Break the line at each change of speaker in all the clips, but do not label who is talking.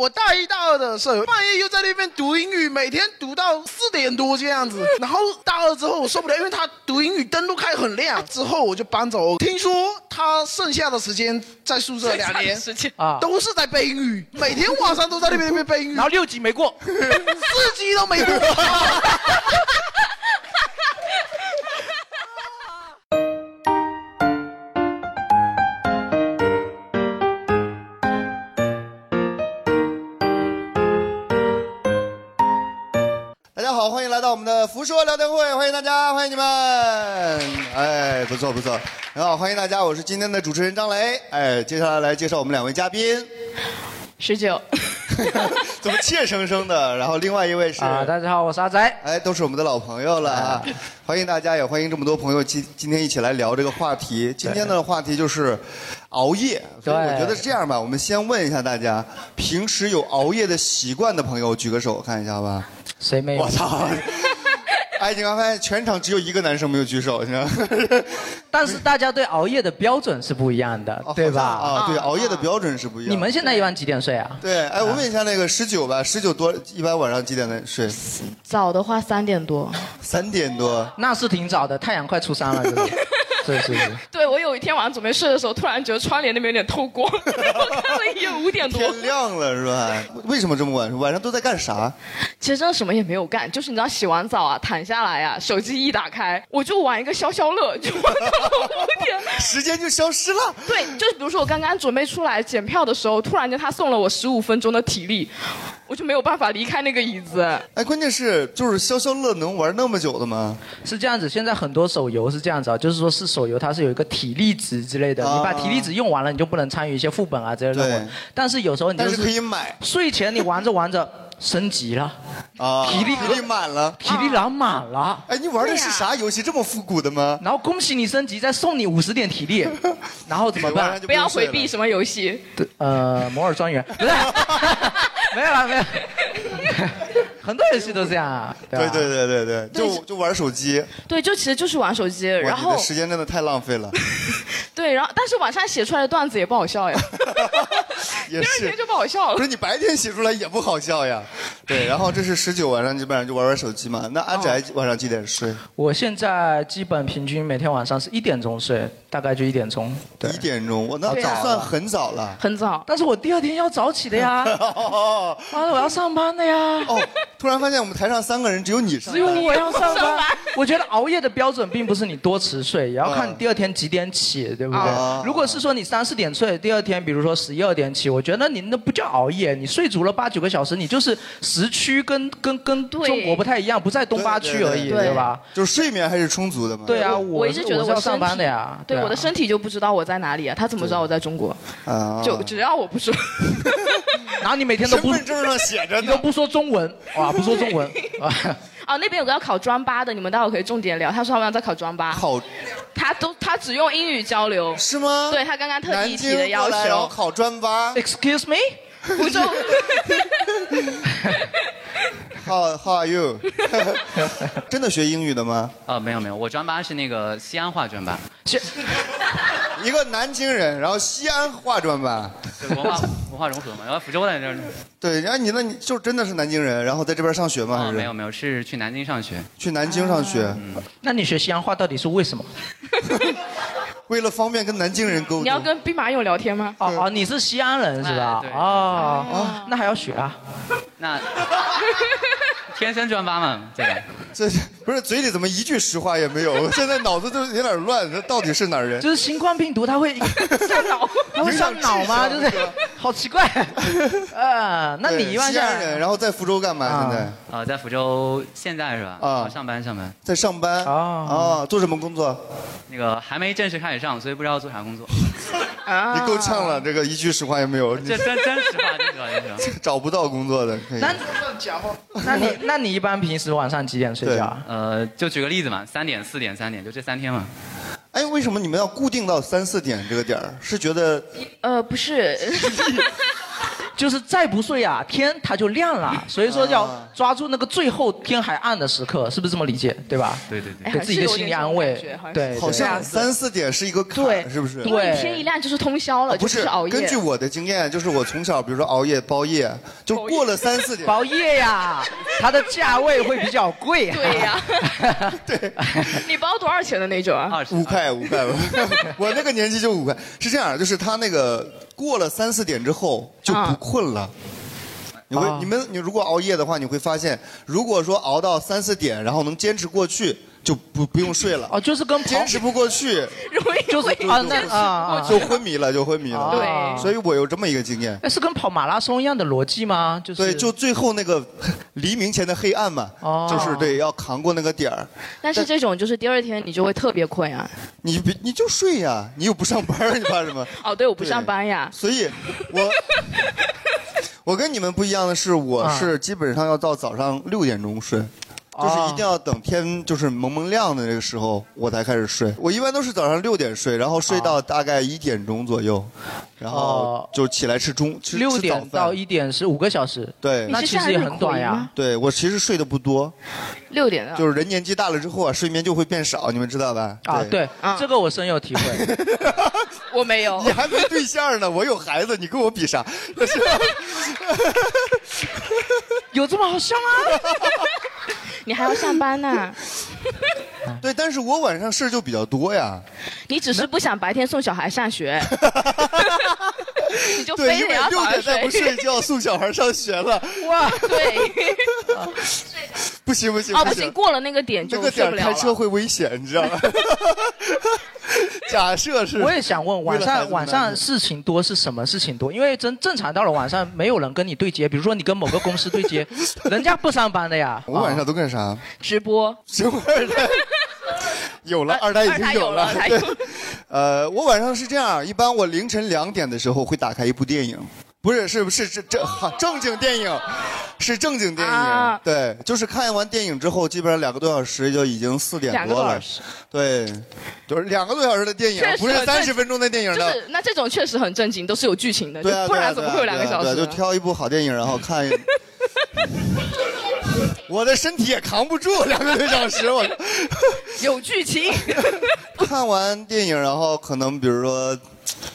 我大一大二的舍友半夜又在那边读英语，每天读到四点多这样
嗯
子。然后大二之后我受不了，因为他读英语灯都开很亮。之后我就搬走，听说他剩下的时间在宿舍两 年
剩下的时间
啊，都是在背英语，每天晚上都在那边 背英语，然后
六级没过，
四级都没过。
大家好，欢迎来到我们的福说聊天会，欢迎大家，欢迎你们。哎，不错不错，很好，欢迎大家，我是今天的主持人张雷。哎，接下来来介绍我们两位嘉宾，
十九，
怎么怯生生的？然后另外一位是
啊大家好，我是阿宅。哎
哎，都是我们的老朋友了啊，欢迎大家，也欢迎这么多朋友今今天一起来聊这个话题。今天的话题就是熬夜，所以我
对
觉得是这样吧，我们先问一下大家，平时有熬夜的习惯的朋友举个手，我看一下吧。
谁没有？
我操！ 哎，你刚发现全场只有一个男生没有举手，你知道吗？
但是大家对熬夜的标准是不一样的，对吧？
啊，对，熬夜的标准是不一 样。
你们现在一般几点睡啊？
对，哎，我问一下那个十九吧，十九多一般晚上几点能睡？
早的话三点多，
三点多。
那是挺早的，太阳快出山了，是不是？是是 是。
对我有一天晚上准备睡的时候，突然觉得窗帘那边有点透光， 我看了一哎眼五点多。
天亮了是吧？为什么这么晚？晚上都在干啥？
其实真的什么也没有干，就是你知道洗完澡啊，躺下来啊，手机一打开，我就玩一个消消乐，就玩到了五点，
时间就消失了。
对，就是比如说我刚刚准备出来检票的时候，突然间他送了我十五分钟的体力，我就没有办法离开那个椅子。
哎，关键是就是消消乐能玩那么久的吗？
是这样子，现在很多手游是这样子啊，就是说是手游它是有一个体力值之类的，
啊
你把体力值用完了，你就不能参与一些副本啊之类的任务。但是有时候你、就是、
但是可以买。
睡前你玩着玩着升级了，
啊，
体力
体力满了，
体力狼满了。
哎，你玩的是啥游戏？这么复古的吗？
然后恭喜你升级，再送你五十点体 力，然后怎么办？
不要回避什么游戏，
对，呃，摩尔庄园不是，没有了， 没有。很多游戏都这样啊。
对对对对对，就就玩手机。
对，就其实就是玩手机，
哇
然
你
后
的时间真的太浪费 了，
对，然后但是晚上写出来的段子也不 好笑呀，
也
第二
是
天。就不好笑
不
了
是。你白天写出来也不好笑 呀，对。然后这是十九晚上基本上就玩玩手机嘛。那阿
哦
宅晚上几点睡？
我现在基本平均每天晚上是一点钟睡，大概就一点钟。
一点钟，我那
对啊
早算很早了。
很早，
但是我第二天要早起的 呀，
哦，
妈的，我要上班的呀，
突然发现我们台上三个人只有哦你上
只有
班，
我要上班。我觉得熬夜的标准并不是你多迟睡，也要看你第二天几点起，对不
啊
对？如果是说你三四点睡，第二天比如说十一二点起，我觉得你那不叫熬夜，你睡足了八九个小时，你就是时区跟跟跟
对
中国不太一样，不在东八区而已，
对
对吧？？
就是睡眠还是充足的嘛。
对啊，
我
我
一直
是
觉得
我是
我
要
身
上班
体
的呀，
对
啊
我的身体就不知道我在哪里啊，他怎么知道我在中国？
啊，
就只要我不说，
然后你每天都
身
不
份证上写着
你都
呢。
不说中 文，哇，不说中文啊。
啊，那边有个要考专八的，你们待会儿可以重点聊。他说他们要在考专八，
考
他都他只用英语交流，
是吗？
对他刚刚特
南
地
京
提的
过
要
来然后
求，
考专八，
Excuse me，
福州
How How are you？真的学英语的吗？
啊、没有没有，我专八是那个西安话专八，
是
一个南京人，然后西安话专班。
对文化文化融合嘛。然后福州的那儿
对，然后你那你就真的是南京人，然后在这边上学吗？
啊，
还
没
是
有没有，是去南京上学。嗯
去南京上学？
啊那你学西安话到底是为什么？
为了方便跟南京人沟
你要
通。
跟兵马俑聊天吗？
哦哦，你是西安人是吧
哎？对
哦哦，那还要学啊？
那天生专八嘛，对吧？
这不是嘴里怎么一句实话也没有？我现在脑子都有点乱，这到底是哪儿人？
就是新冠病毒 它会上脑，它会上脑吗？
影响
就
智
是
商是吧
好奇怪。 呃，那
对
你一般
西
下
安人，然后在福州干嘛？
啊
现在
啊、在福州现在是吧？
啊
啊，上班上班，
在上班
哦
啊？做什么工作？
那个还没正式开始上，所以不知道做啥 工作。
啊，
你够呛了，这个一句实话也没有，你
这真真实话，真实话，真实话。
找不到工作的。可 以
那那你那你一般平时晚上几点睡觉啊？
呃，就举个例子嘛，三点、四点、三点，就这三天嘛。
哎，为什么你们要 固定到三四点这个点儿？是觉得
呃，不是，
就是再不睡啊，天它就亮 了。所以说要
啊
抓住那个最后天还暗的时刻，是不是这么理解？对吧？
对对
给自己一个心理安慰。
哎
对，
好像三四点是一个坎，是不是？
因为你天一亮就是通宵了，
啊不
就是熬，夜。
根据我的经验，就是我从小，比如说熬夜、包夜，就过了三四点，
包夜呀，它的价位会比较贵、啊
对呀，你包多少钱的那种啊？
二十
五块五 块，我那个年纪就五块。是这样，就是他那个过了三四点之后就不困
啊
了。你会、
哦
啊
你们你如果熬夜的话，你会发现，如果说熬到三四点，然后能坚持过去，就不不用睡了。
哦，就是跟
坚持不过 去，
容易
就是
会
啊那啊
就昏迷了，就昏迷了。
对
所以我有这么一个经验。
那是跟跑马拉松一样的逻辑吗？就是
对，就最后那个黎明前的黑暗嘛，
哦
就是对，要扛过那个点儿。
但是这种就是第二天你就会特别困 啊。
你别你就睡呀，你又不上班，你怕什 么？
哦，对，我不上班呀。
所以 我我跟你们不一样的是，我
嗯
是基本上要到早上六点钟睡。
哦
就是一定要等天就是蒙蒙亮的那个时候，我才开始睡。我一般都是早上六点睡，然后睡到大概一点钟左右，然后
哦
就起来吃中吃
六
吃早
点到
饭。
一点是五个小时，
对
你
那
是
其
向
实也
日
很短
葵
呀
吗。
对，我其实睡得不多，
六点啊，
就是人年纪大了之后啊，睡眠就会变少，你们知道吧？
啊，对，这个我深有体会。
我没有
你。还没对象呢，我有孩子，你跟我比啥？ 但是
有这么好笑吗？
你还要上班呢，
对，但是我晚上事儿就比较多呀。
你只是不想白天送小孩 上学。
你就
对，
非
因
得
为
要
六
早
点再
上
不
睡
睡。觉，送小孩上学了，
哇，
对，
不行 不行
哦不行，
行，
过了那个点
这
就
个
睡
点
不
儿
了
开车
了。
会危险，你知道吗？ 假设是，
我也想问，晚
为了孩
上
子
晚
难
上
度
事情多是什么事情多？因为真正常到了晚上，没有人跟你对接，比如说你跟某个公司对 接，人家不上班的呀。
我晚
啊
上都干啥？
直播，
生二胎有了，二胎已
呃二
经
胎
有
有
了
了。二胎
对
有了，
呃，我晚上是这样，一般我凌晨两点的时候会打开一部电影，不是，是不是是正正经电影，是正经电影。
啊
对，就是看完电影之后，基本上两个多小时就已经四点
两个
多
多
了
小时。
对，就是两个多小时的电影
确，实
不是
很
三十分钟的电影
就
的。
是那这种确实很正经，都是有剧情的，
对啊，
就不
对啊
然怎么会有两个小时
对啊对啊
呢？
就挑一部好电影，然后看。我的身体也扛不住两个多小时，我
有剧情，
看完电影，然后可能比如说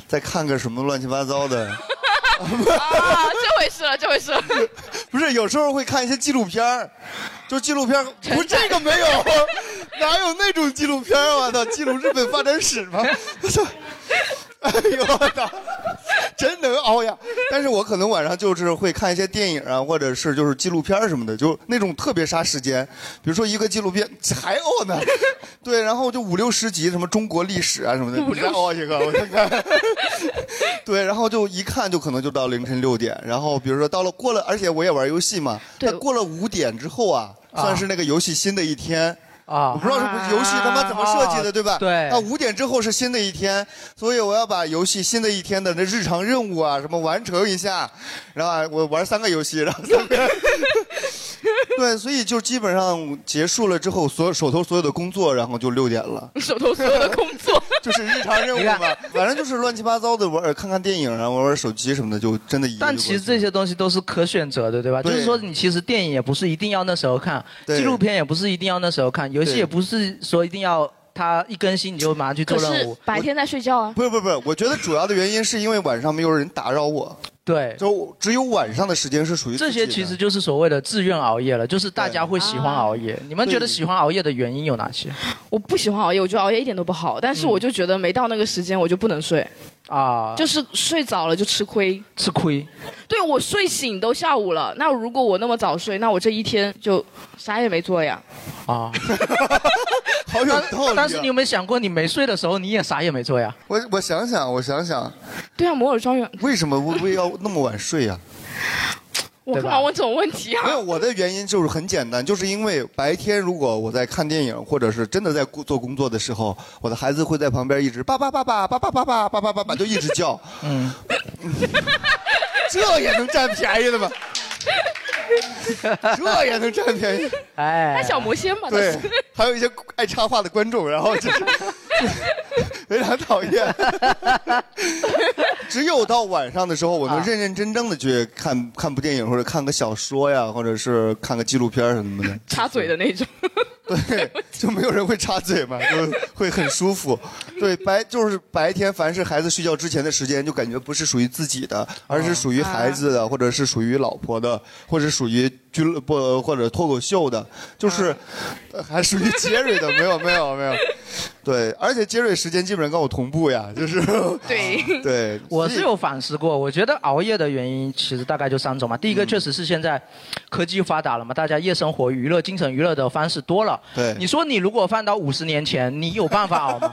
再看个什么乱七八糟的，
啊，这回事了，这 回事了。
不是有时候会看一些纪录片儿，就纪录片儿，不是这个没有， 哪有那种纪录片儿啊？我操，记录日本发展史吗？ 我操！哎呦我操，真能熬呀！但是我可能晚上就是会看一些电影啊，或者是就是纪录片儿什么的，就那种特别杀时间。比如说一个纪录片还熬呢， 对，然后就五六十集，什么中国历史啊什么的，你再熬一个，我 看看。 对，然后就一看就可能就到凌晨六点，然后比如说到了过了，而且我也玩游戏嘛，
对
那过了五点之后啊，
啊
算是那个游戏新的一天。我
啊
不知道是不是游戏他妈怎么设计的，
啊
对吧？
对
那五点之后是新的一天，所以我要把游戏新的一天的那日常任务啊什么完成一下，然后啊我玩三个游戏，然后三个。 对，所以就基本上结束了之后，所有手头所有的工作，然后就六点了，
手头所有的工作，
就是日常任务
你
嘛。反正就是乱七八糟的玩，看看电影啊，玩玩手机什么的，就真的一夜就过去
但
了。
其实这些东西都是可选择的，对吧？
对
就是说，你其实电影也不是一定要那时候看，
对
纪录片也不是一定要那时候看，游戏
对
也不是说一定要它一更新你就马上去
可
做任
是
务。
白天在睡觉啊。
不是不是不是，我觉得主要的原因是因为晚上没有人打扰我，
对，
就只有晚上的时间是属于自
这
己
些
的
其实就是所谓的自愿熬夜了，就是大家会喜欢熬夜。你们觉
对
得喜欢熬夜的原因有哪些
我不喜欢熬夜，我觉得熬夜一点都不好。但
嗯
是我就觉得没到那个时间我就不能睡，
啊？
就是睡早了就吃亏。
吃亏。
对我睡醒都下午了，那如果我那么早睡，那我这一天就啥也没做呀。
啊，
好有道理、啊。
但是你有没有想过，你没睡的时候你也啥也没做呀？
我我想想，我想想，
对啊，摩尔庄园，
为什么我我要那么晚睡啊呀、
我
对
干
吧
嘛问这种问题
没
啊？
有，我的原因就是很简单，就是因为白天如果我在看电影，或者是真的在工做工作的时候，我的孩子会在旁边一直叭叭叭叭叭叭叭叭叭叭叭叭就一直叫，
嗯，
这也能占便宜的吗？这也能占便宜？
哎
那，小魔仙吧，那
对
是，
还有一些爱插话的观众，然后就是 非常讨厌。只有到晚上的时候，我能认认真真的去看看部电影，或者看个小说呀，或者是看个纪录片什么的。
插嘴的那 种。
对，就没有人会插嘴嘛，就是会很舒服。对，白就是白天，凡是孩子睡觉之前的时间，就感觉不是属于自己的，而是属于孩子的，或者是属于老婆的，或者属于俱乐部或者脱口秀的，就是、呃还属于杰瑞的。没有，没有，没 有。对，而且杰瑞时间基本上跟我同步呀，就是
对
对，
我是有反思过，我觉得熬夜的原因其实大概就三
嗯
种嘛。第一个确实是现在科技发达了嘛，大家夜生活、娱乐、精神娱乐的方式多了。
对
你说你如果放到五十年前，你有办法熬 吗？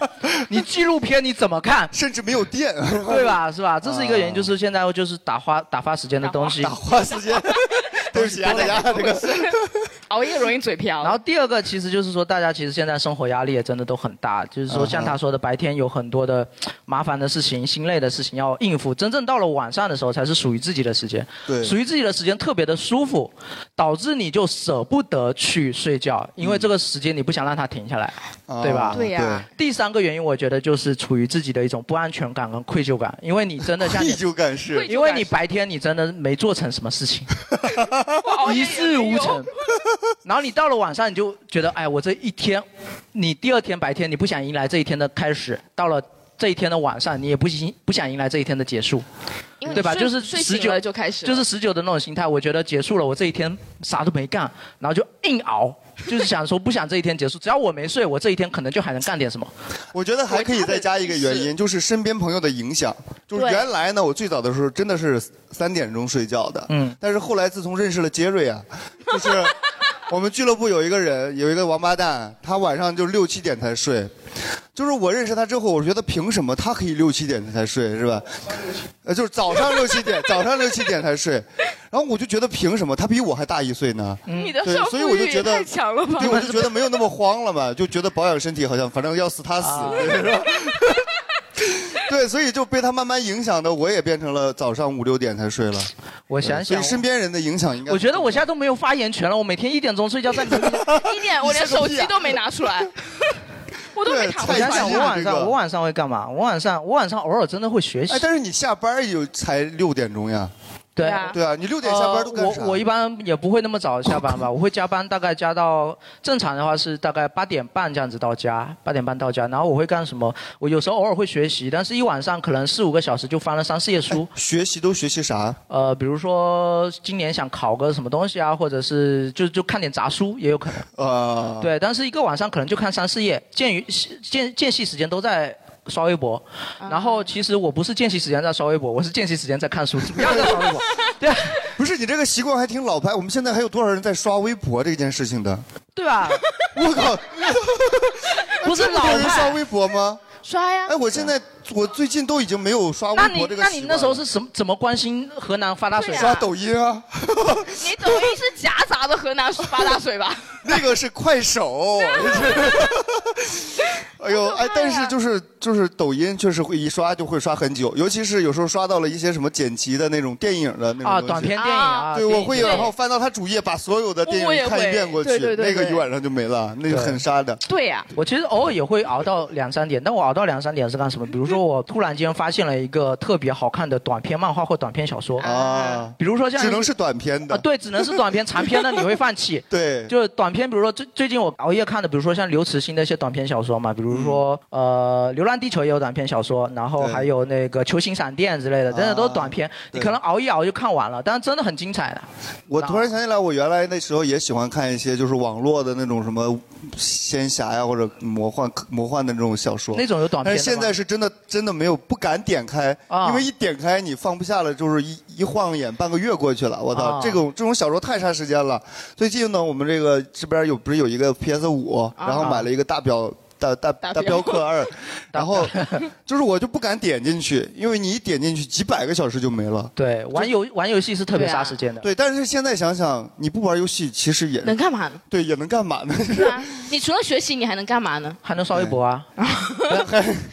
你纪录片你怎么看？
甚至没有电，
对吧？是吧？这是一个原因，就是现在就是打发打发时间的东西。
打花 时间。对不起啊，大家这个
熬夜容易嘴瓢。
然后第二个其实就是说，大家其实现在生活压力也真的都很大，就是说像他说的，白天有很多的麻烦的事情、心累的事情要应付，真正到了晚上的时候才是属于自己的时间，
对
属于自己的时间特别的舒服，导致你就舍不得去睡觉，因为这个时间你不想让它停下来，
嗯
对吧？
啊对呀
第三个原因，我觉得就是处于自己的一种不安全感跟愧疚感，因为你真的像你
愧疚感是
因为你白天你真的没做成什么事 情，一事无成，然后你到了晚上你就觉得，哎，我这一天，你第二天白天你不想迎来这一天的开始，到了这一天的晚上你也不想不想迎来这一天的结束，
因为
对吧？
睡
就是
睡
十
醒
九
了就开始了，
就是十九的那种心态，我觉得结束了，我这一天啥都没干，然后就硬熬，就是想说不想这一天结束，只要我没睡，我这一天可能就还能干点什么。
我觉得还可以再加一个原因，就是身边朋友的影响。就是原来呢，我最早的时候真的是三点钟睡觉的，嗯
嗯，
但是后来自从认识了杰瑞啊，就是 我们俱乐部有一个人，有一个王八蛋，他晚上就六七点才睡。就是我认识他之后，我觉得凭什么他可以六七点才睡，是吧？呃，就是早上六 七点，早上六七点才睡，然后我就觉得凭什么他比我还大一岁呢？
你的
对
胜，
所以我
负
就
欲
觉
也
得
太强了吧？
对，我就觉得没有那么慌了嘛，就觉得保养身体好像反正要死他死，
啊
是吧？ 对，所以就被他慢慢影响的，我也变成了早上五六点才睡了。
我想
所
想
以，身边人的影响应该，
我觉得我现在都没有发言权了，我每天一点钟睡觉，在你们
一点，哎我连手机
啊
都没拿 出来， 我都没
对
躺
我
回
太
想
床
想，我
强了
晚
上。
上我晚上会干嘛？我晚上我晚上偶尔真的会学习
哎，。但是你下班有才六点钟呀？
对
啊
对啊，你六点
呃
下班都干啥？
我我一般也不会那么早下班吧，我会加班，大概加到正常的话是大概八点半这样子到家，八点半到家。然后我会干什么？我有时候偶尔会学习，但是一晚上可能四五个小时就翻了三四页书。
哎学习都学习啥？
呃，比如说今年想考个什么东西啊，或者是就就看点杂书也有可能。
呃，，
对，但是一个晚上可能就看三四页，间于间间隙时间都在。刷微博，然后其实我不是间隙时间在刷微博，我是间隙时间在看书，不要再刷微博。对啊，
不是你这个习惯还挺老牌。我们现在还有多少人在刷微博这件事情的？
对吧？
我靠，
不是
这么
老
多人刷
派。
微博吗？
刷呀
哎，，我现在我最近都已经没有刷
那
微
你
博这个
那
习
你
惯了
那时候是什么怎么关心河南发大水
对
的？
刷抖音啊？
你抖音是夹杂的河南八大水吧？
那个是快
哦
手。 哎呦，哎，但是就是就是抖音确实会一刷就会刷很久，尤其是有时候刷到了一些什么剪辑的那种电影的那种
啊，
东西
短片。电影啊，
对，
电
我
影
会然后翻到他主页，把所有的电
我
影
也
看一
会
遍过去，
对对对
那个
对
一晚上就没了，那个很杀的。
对呀，
我其实偶尔也会熬到两三点，但我熬到两三点是干 什么？比如说我突然间发现了一个特别好看的短篇漫画或短篇小说，
啊，
比如说像
只能是短片的。
啊，对，只能是短篇，长篇的你会放弃。
对
就是短篇，比如说最最近我熬夜看的，比如说像刘慈欣的一些短篇小说嘛，比如说、呃《流浪地球》也有短篇小说，然后
嗯对啊
还有那个《球形闪电》之类的，真的都是短篇，你
对
可能熬一熬就看完了，但是真的很精彩的。
我突然想起来，我原来那时候也喜欢看一些就是网络的那种什么仙侠呀，或者魔幻魔幻的那种小说。
那种有短
但
片
是
的
现
吗
在是真的真的没有不敢点开，
啊
因为一点开你放不下了，就是一一晃眼半个月过去了，我操，
啊
这种这种小说太杀时间了。最近呢，我们这个这边有不是有一个 PS 五，
啊
然后买了一个大表。大大
大
大镖客 二，然后就是我就不敢点进去，因为你一点进去几百个小时就没了。
对，玩游玩游戏是特别
对啊
杀时间的。
对，但是现在想想，你不玩游戏其实也
能干 嘛呢？
对也能干嘛呢？
对啊， 你除了学习，你还能干嘛呢？
还能刷微博啊！
嗯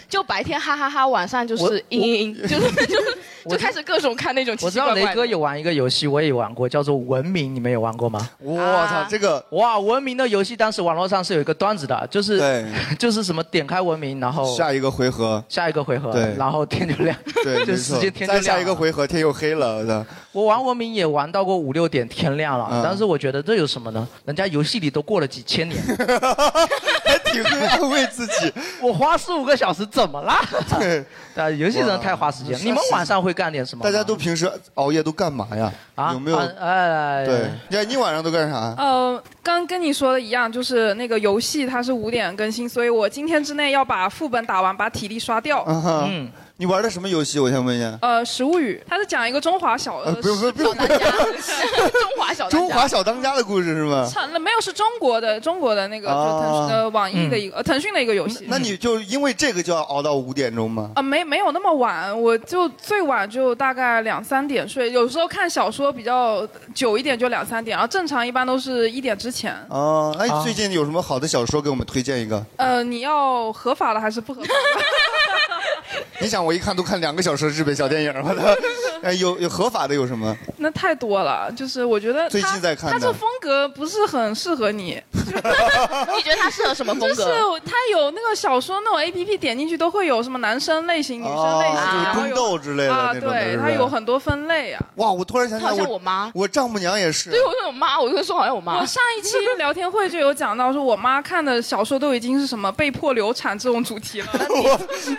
就白天哈哈哈，晚上就
我
是嘤 嘤嘤，就是就是
我
就开始各种看那种奇
我知
奇
道
怪
雷
怪
哥
的。
有玩一个游戏，我也玩过，叫做《文明》，你们有玩过吗？
我操，这个
哇，《文明》的游戏当时网络上是有一个段子的，就是
对
就是什么点开文明，然后
下一个回合，
下一个回合，
对
然后天就亮，
对，
就
没
时
错
间天就
再
亮。
下一个，回合天又黑了，我操！
我玩文明也玩到过五六点天亮了，
嗯
但是我觉得这有什么呢？人家游戏里都过了几千年，
还挺会安慰自己。
我花四五个小时怎么啦？
对，
啊，游戏真的太花时间
哇。
你们晚上会干点什么吗？
大家都平时熬夜都干嘛呀？
啊，
有没有？
啊哦哎，
对，你看你晚上都干啥？
呃，刚跟你说的一样，就是那个游戏它是五点更新，所以我今天之内要把副本打完，把体力刷掉。
啊哈，
嗯
你玩的什么游戏？我想问一下。
呃，食物语，它是讲一个中华小
呃，
呃，
不用不用不用，
中华小当
中
家
华小当家的故事是吗？
唱呃没有是中国的中国的那个就
啊嗯
腾讯的网易的一个、呃腾讯的一个游戏。
那你就因为这个就要熬到五点钟吗？
啊，没没有那么晚，我就最晚就大概两三点睡，有时候看小说比较久一点就两三点，然后正常一般都是一点之前。
啊，那
啊
你最近有什么好的小说给我们推荐一个？
呃，你要合法的还是不合法的？
你想我一看都看两个小时的日本小电影，我操！哎，有有合法的有什么？
那太多了，就是我觉得
最近
他
在看
他
的
这风格不是很适合你，
你觉得他适合什么风
就是
格？
他有那个小说那种 A P P 点进去都会有什么男生类型、女生类型，
哦就是
然后
宫
有
斗之类的
啊，
那种的
对，
是吧
它有很多分类啊。
哇，我突然想起
他
来，
好像
我
我妈。
我丈母娘也是啊
对，我说我妈，我就说好像我妈
我。上一期聊天会就有讲到，说我妈看的小说都已经是什么被迫流产这种主题了，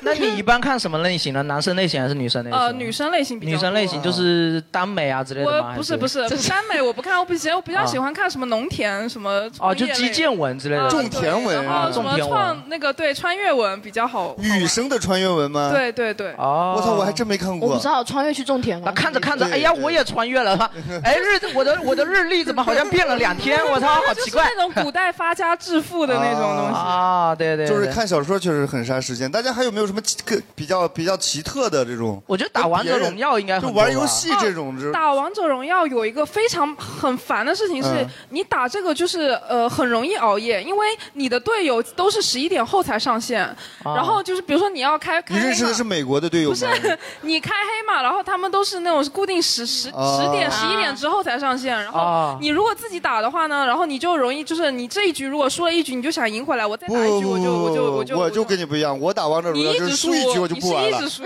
那你一般看什么类型呢？男生类型还是女生类型？
呃，女生类型比较
女
多
生类型就是耽美啊之类的
我
吗？
不是
还
不是耽美，我不看，我比较我比较
啊
喜欢看什么农田什么
哦，
创
就
业类
击剑文之类的
啊
吗。
种田文
对然后什
种
么
田文
创那个对穿越文比较好，
女生的穿越文吗？，
对对对，
哦，
嗯我操，我还真没看
我不
过
知。道穿越去种田
那
吗？
看着看着，
对
哎呀，
对
我也穿越了，是吧？哎，日我的我的日历怎么好像变了两 天？我操，好
就是
奇怪
那种古代发家致富的那种东西。
啊！对对，对
就是。看小说确实很杀时间。大家还有没有什么奇个比较比较奇特的这种？
我觉得打王者荣耀应该很
就
多吧
玩游戏这种，就是
哦打王者荣耀有一个非常很烦的事情是
嗯，
你打这个就是呃很容易熬夜，因为你的队友都是十一点后才上线，
啊
然后就是比如说你要开
你
开
认
黑
识的是
马，
美国的队友吗？
你开黑马，然后他们都是那种固定十十
啊
十点十一点之后才上线，然后
啊
你如果自己打的话呢，然后你就容易就是你这一局如果输了一局，你就想赢回来，我再
不
打一
不
局我就我就
不
我
不，
就
我就跟你不一样，我打王者荣
你
耀
一
就
直
是
输，
输一局我就
你
不
是
玩
一
了
直，输。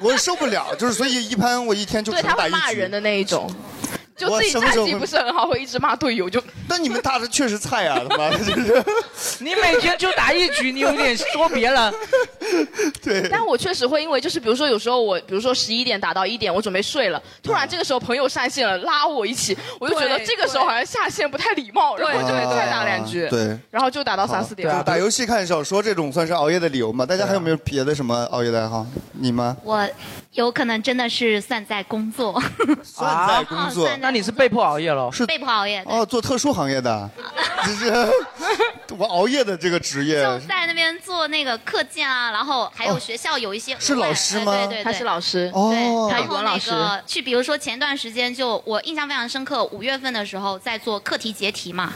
我受不了，就是所以一般我一天就
对，
只
他
能打
会
一
骂
局
人。的那一种，就
我
自己
什么时候
战绩
会
不是很好，会一直骂队友，就
那你们打的确实菜啊，他妈的就是，
你每天就打一局，你有点说别人。
对，
但我确实会因为就是比如说有时候我比如说十一点打到一点，我准备睡了，突
嗯
然这个时候朋友上线了，拉我一起，我就觉得
对
这个时候好像下线不太礼貌，然后我就
啊
再打两局，
对。
然后就打到三四点。
对啊
打游戏、看小说这种算是熬夜的理由吗？大家
啊
还有没有别的什么熬夜的爱好？你吗？
我有可能真的是算在工作，
算
啊
在工作，
算在
那你是被迫熬夜了？
被迫熬夜，对
哦，做特殊行业的，这是我熬夜的这个职业。
就在那边做那个课件啊，然后还有学校有一些额外、
是老师吗
对对对，
他是老师，
哦
对，，然
语
后
文
那
老师
个去，比如说前段时间就我印象非常深刻，五月份的时候在做课题解题嘛，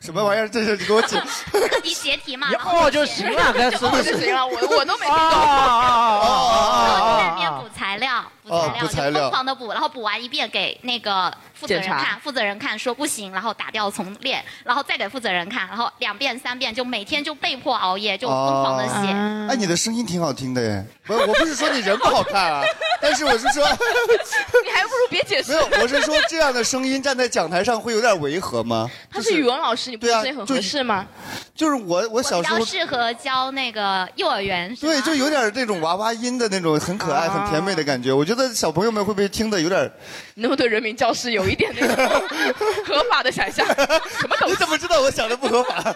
什么玩意儿？这是你给我解
课题解题嘛，
你
然后
哦
我
就
写
行了，该说
就行了，我我都没
啊啊啊啊
然
啊
后
啊
顺便
啊
补！材料，补
哦
材料，
补材料
就疯狂的补，然后补完一遍给那个负责人
检查
看，负责人看说不行，然后打掉重练，然后再给负责人看，然后两遍三遍，就每天就被迫熬夜，就疯狂的写。
哎，你的声音挺好听的耶！不是，我不是说你人不好看啊， 但是我是 说，
你还不如别解释
没。有，我 是说这样的声音站在讲台上会有点违和吗？
他是语文老师，你不
对
觉
啊
得这很合适吗？
就是我，我
我
小
比
时
较
候
适合教那个幼儿园，是哦
对，啊
吗
就有点那种娃娃音的那种很可爱、很甜美的感觉。我觉得小朋友们会不会听的有点？
你那么对人民教师有一点 那种合法的想象，什么
你怎么知道我想的不合法？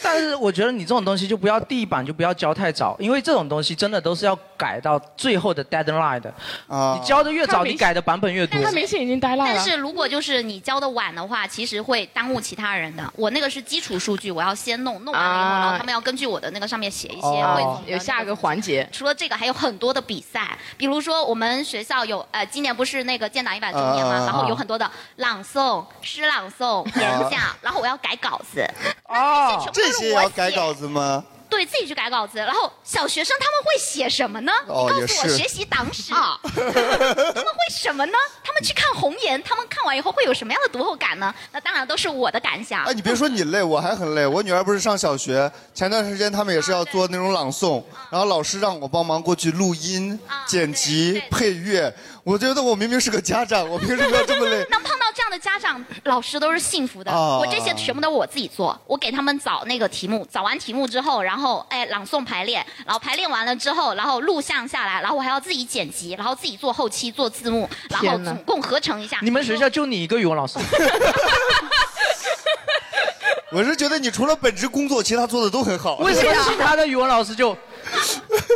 但是我觉得你这种东西就不要第一版就不要交太早，因为这种东西真的都是要改到最后的 deadline 的。
啊
你交的越早，
看明
你改的版本越多。
他明显已经呆赖
但
了。
是如果就是你教的晚的话，其实会耽误其他人的。我那个是基础数据，我要先弄，弄完了以后，
啊
然后他们要根据我的那个上面写一些
哦
汇总的那个
有下一个环节。
除了这个，还有很多的比赛，比如说我们学校有呃，今年不是那个建党一百周
啊啊
年嘛，
啊
然后有很多的朗诵、诗
啊
朗诵、演讲，然后我要改稿子，
哦
全部都
这
是
些也
我
要改
写
稿子吗？
对自己去改稿子。然后小学生他们会写什么呢？
哦
告
也
诉我
是
学习党史 啊，他们会什么呢？他们去看红岩，他们看完以后会有什么样的读后感呢？那当然都是我的感想。？
哎，你别说你累，我还很累。我女儿不是上小学，前段时间他们也是要做那种朗诵，然后老师让我帮忙过去录音、剪辑、配乐。我觉得我明明是个家长，我凭什么要这么累
那碰到这样的家长，老师都是幸福的。
啊
我这些全部都是我自己做，我给他们找那个题目，找完题目之后，然后哎朗诵排练，然后排练完了之后，然后录像下来，然后我还要自己剪辑，然后自己做后期做字幕，然后
天哪
总共合成一下。
你们学校就你一个语文老师，
我是觉得你除了本职工作，其他做的都很好。
为什么其他的语文老师就？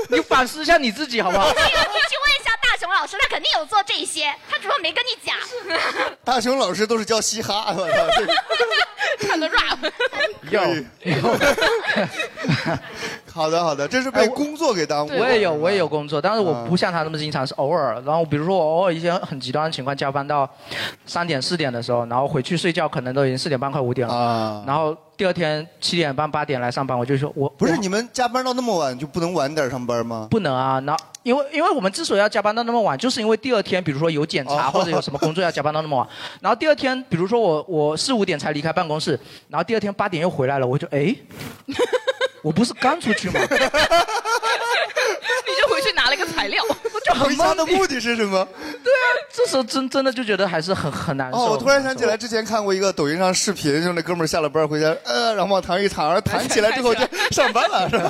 你反思一下你自己好不好
这？个你去问一下大熊老师，他肯定有做这些，他只不过没跟你讲。
大熊老师都是教嘻哈，我操！这
看个 rap，
有， 哎
好的好的，这是被工作给耽误了。
我也有，我也有工作，但是我
啊
不像他那么经常，是偶尔。然后比如说我偶尔一些很极端的情况，加班到三点四点的时候，然后回去睡觉，可能都已经四点半快五点了。
啊
然后第二天七点半八点来上班，我就说我
不是你们加班到那么晚就不能晚点上班吗？
不能啊，那因为因为我们之所以要加班到那么晚，就是因为第二天比如说有检查
哦
或者有什么工作要加班到那么晚，然后第二天比如说我我四五点才离开办公室，然后第二天八点又回来了，我就哎， 我不是刚出去吗？
你就回去拿了个材料，我就
回家的目的是什么？
对啊，这时候真真的就觉得还是很很难受。
哦，我突然想起
很
来，
难
之前看过一个抖音上视频，就那哥们儿下了班回家， 呃，然后往躺上一躺，然后弹起来之后就上班了，是吧？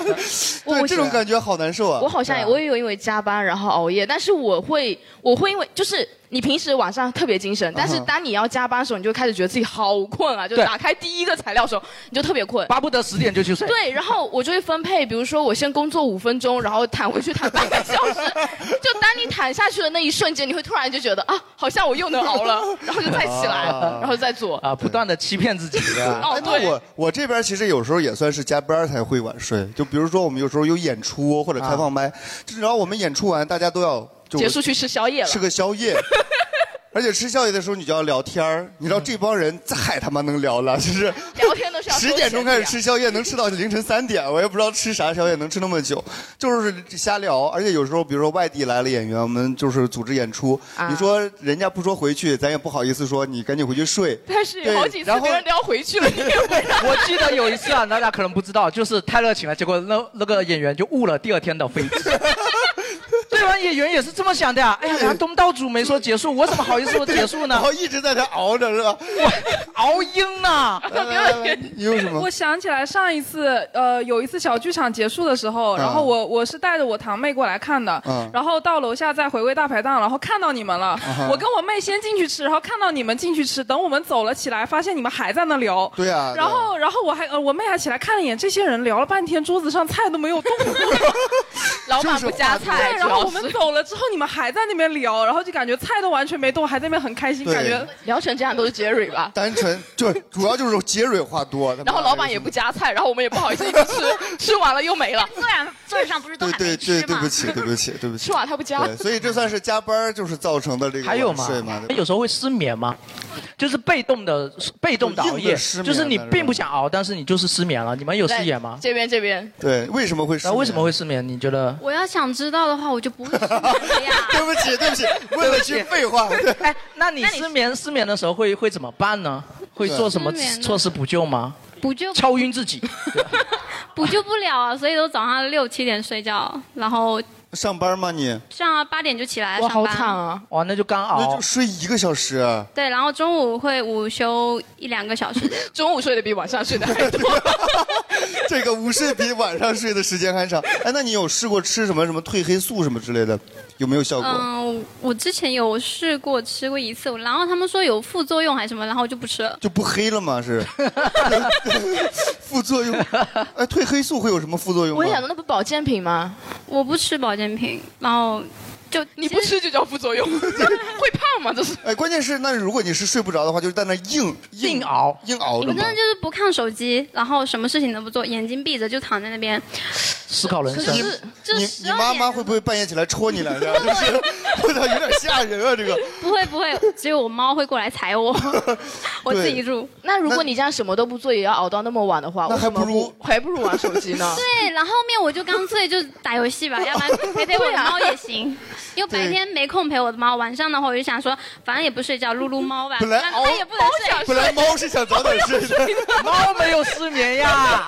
哎
对，这种感觉好难受啊。
我好
嗯
像也我也有因为加班然后熬夜，但是我会我会因为就是你平时晚上特别精神，但是当你要加班的时候，你就开始觉得自己好困啊，就
嗯对
打开第一个材料的时候，你就特别困
受，巴不得十点就去睡。
对，然后我就会分配，比如说我先工作五分钟，然后躺回去躺半个小时。 就当你躺下去的那一瞬间，你会突然就觉得啊，好像我又能熬 了，然后就再起来，
啊
然后再做。
啊，不断的欺骗 自己。
哦
哎，那我我这边其实有时候也算是加班才会晚睡，就比如说我们有时候有演出或者开放麦，就然后我们演出完大家都要就
啊结束去吃宵夜了。
吃个宵 夜。而且吃宵夜的时候，你就要聊天儿。你知道这帮人再他妈能聊了，就是
嗯聊天都是要
十点钟开始吃宵夜，能吃到凌晨三点，我也不知道吃啥宵夜能吃那么久，就是瞎聊。而且有时候，比如说外地来了演员，我们就是组织演出，
啊
你说人家不说回去，咱也不好意思说你赶紧回去睡。
但是有
对
好几次
然后
别人都要回去了，你也 回来。
我记得有一次啊，大家可能不知道，就是太热情了，结果那那个演员就误了第二天的 飞机。对方演员也是这么想的呀、哎呀，人家东道主没说结束，我怎么好意思说结束呢
然？后一直在那熬着是吧？
熬鹰
啊
呢？
呃你有什么
我？想起来上一次，呃，有一次小剧场结束的时候，
嗯
然后我我是带着我堂妹过来看的
嗯，
然后到楼下再回味大排档，然后看到你们了
啊哈，
我跟我妹先进去吃，然后看到你们进去吃，等我们走了起来，发现你们还在那聊。
对啊
然后，然后我还呃，我妹还起来看了一眼，这些人聊了半天，桌子上菜都没有动。
老板不加菜，
对，
主
然后我
要
们
是
走了之后，你们还在那边聊，然后就感觉菜都完全没动，还在那边很开心，
对
感觉
聊成这样都是 Jerry 吧。
单纯就是主要就是杰蕊话多，他妈的
然后老板也不加菜，然后我们也不好意思一起吃， 吃完了又没了。
虽然桌啊子上不是都
对
还
对
没
对，
吃
对
吗
不？起对不起对不起
吃。完他不加，
对，所以这算是加班儿就是造成的这个
还有
晚
吗
睡嘛？对吧
有时候会失眠吗？就是被动的被动的熬
硬
夜
的失，眠
就是你
那种
并不想熬，但是你就是失眠了。你 们有失眠吗？
这边这 边，
对，为什么会失
那
眠？
为什么会失眠？你觉得？
我要想知道的话，我就不会去
哎呀，
对不起，对不起，为了句废话，对
哎，那你失眠失眠的时候会会怎么办呢？会做什么
失眠呢啊
措施补救吗？
补救
敲晕自 己。
补救不了啊，所以都早上六七点睡觉，然后
上班吗你？
这样啊八点就起来
哇，
上班。
好惨啊！
哇，哦那就刚
那
熬
就。睡一个小时啊，
对，然后中午会午休一两个小时，
中午睡得比晚上睡 得还多。
这个午睡比晚上睡的时间还长。哎，那你有试过吃什么什么褪黑素什么之类的，有没有效果？
嗯，我之前有试过吃过一次，然后他们说有副作用还是什么，然后我就不吃了。
就不黑了吗？是副作 用？哎，褪黑素会有什么副作用
我也想
吗
到？那不保健品吗？
我不吃保健品，然后就
你不吃就叫副作用，会胖吗？这是
哎，关键是那如果你是睡不着的话，就是在那硬硬
熬
硬熬
你
着
真
嘛
的。就是不看手机，然后什么事情都不做，眼睛闭着就躺在那边。
思考人
可
生。
是这
你
十
你
二
妈
点
妈会不会半夜起来戳你 两下？就是，我操，有点吓人啊！这个
不会不会，只有我 猫 会过来踩我，我自己住。
那如果你这样什么都不做，也要熬到那么晚的话，
那
为
还
什么
不如
还不如玩手机呢。
对，然后后面我就干脆就打游戏吧，要不然陪陪我
啊
的猫也行。因为白天没空陪我的猫，晚上的话我就想说，反正也不睡觉，撸撸猫吧。
本来
反
熬
正它也不能睡，
本来猫是想早点 睡的，
猫没有失眠呀，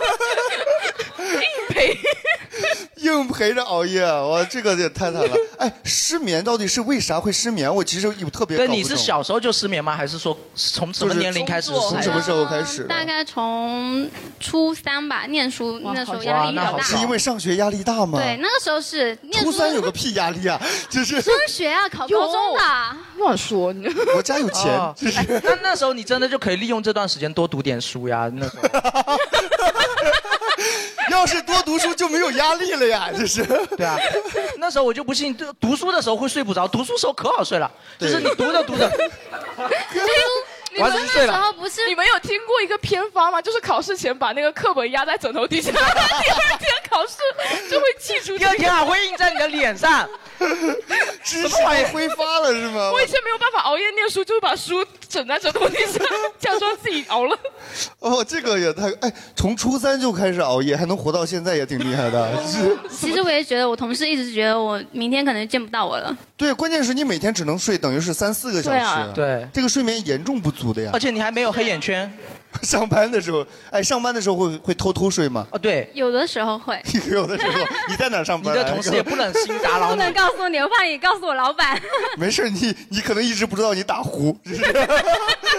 硬陪着熬夜，我这个也太惨了。哎，失眠到底是为啥会失眠？我其实有特别搞
对，
不
你是
懂
小时候就失眠吗？还是说从什么年龄开始
就是
失
从
眠
什么时候开始的？
大概从初三吧，念书
哇
那时候
好
压力
哇
比
那
较
好
大。
是因为上学压力大吗？
对，，那个时候是念
初
书
三有个屁压力啊！就是
升学啊，考高中的 啊。
乱说，你
我家有钱，
哦哎那那时候你真的就可以利用这段时间多读点书呀。那时候
要是多读书就没有压力了呀！ 就是
对啊，那时候我就不信，就读书的时候会睡不着，读书时候可好睡了，就是你读着读着，
你
完
们
全
那
睡
时
了。
候不是
你们有听过一个偏方吗？就是考试前把那个课本压在枕头底下，第二天考试就会记住
第
这
二
个。
天啊，会印在你的脸上。
知识被挥发了是吗？
我以前没有办法熬夜念书，就是把书枕在枕头底下，假装自己熬了。
哦，这个也太哎，从初三就开始熬夜，还能活到现在也挺厉害的。 是，
其实我也觉得，我同事一直觉得我明天可能见不到我了。
对，关键是你每天只能睡等于是三四个小时，
对啊
对
这个睡眠严重不足的呀
而。且你还没有黑眼圈
上班的时候，哎，上班的时候会会偷偷睡吗？
哦，对，
有的时候会，
有的时候，你在哪儿上
你
班啊？
的同事也不能心打扰
不
你
能。告诉你，我怕你告诉我老板。
没事儿，你你可能一直不知道你打呼，是不是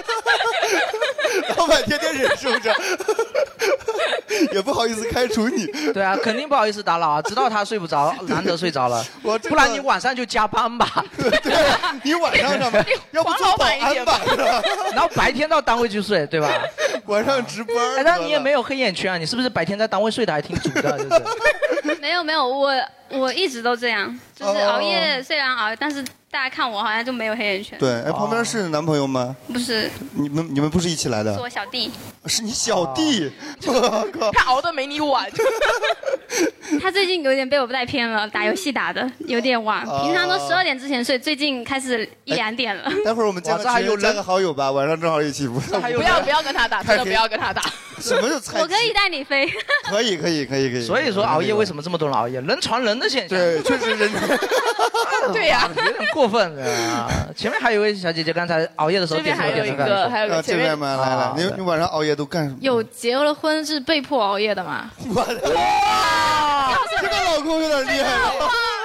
老板天天忍受着， 也不好意思开除你。
对啊，肯定不好意思打扰啊，直到他睡不着，难得睡着了，
我这
不
个
然你晚上就加班吧，
对，你晚上上班，要不做保安吧，是吧
然后白天到单位去睡，对吧？
晚上值班
哎，
儿。
那你也没有黑眼圈啊，你是不是白天在单位睡得还挺足的？就是，
没有没有，我我一直都这样，就是
哦
熬夜虽然熬，但是大家看我好像就没有黑眼圈。哦
对，哎，旁边是男朋友吗？
不是，
你们你们不是一起来
是
的？
我小弟，
是你小弟，我靠！
他熬的没你晚，
他最近有点被我带偏了，打游戏打的有点晚，
哦哎
平常都十二点之前睡，最近开始一两点了。
待 会儿我们加
哇
个
这还有
群加
人
个好友吧，晚上正好一起不？
还有
不要不要跟他打，真的不要跟他打。
什么就菜
我可以带你飞，
可以可以可以可以。
所以说熬夜为什
么？
么这么多人熬夜？人传人的现象，
对，确实人
对呀、
有点过分了啊。前面还有一位小姐姐刚才熬夜的时候
这边
点头
还有一
点头
个，
干，
还有一
啊，这
个前
边
面。
嘛，来来
啊，
你
对
你晚上熬夜都干什么？
有结了婚是被迫熬夜的吗？
我的这个老公有点厉害了，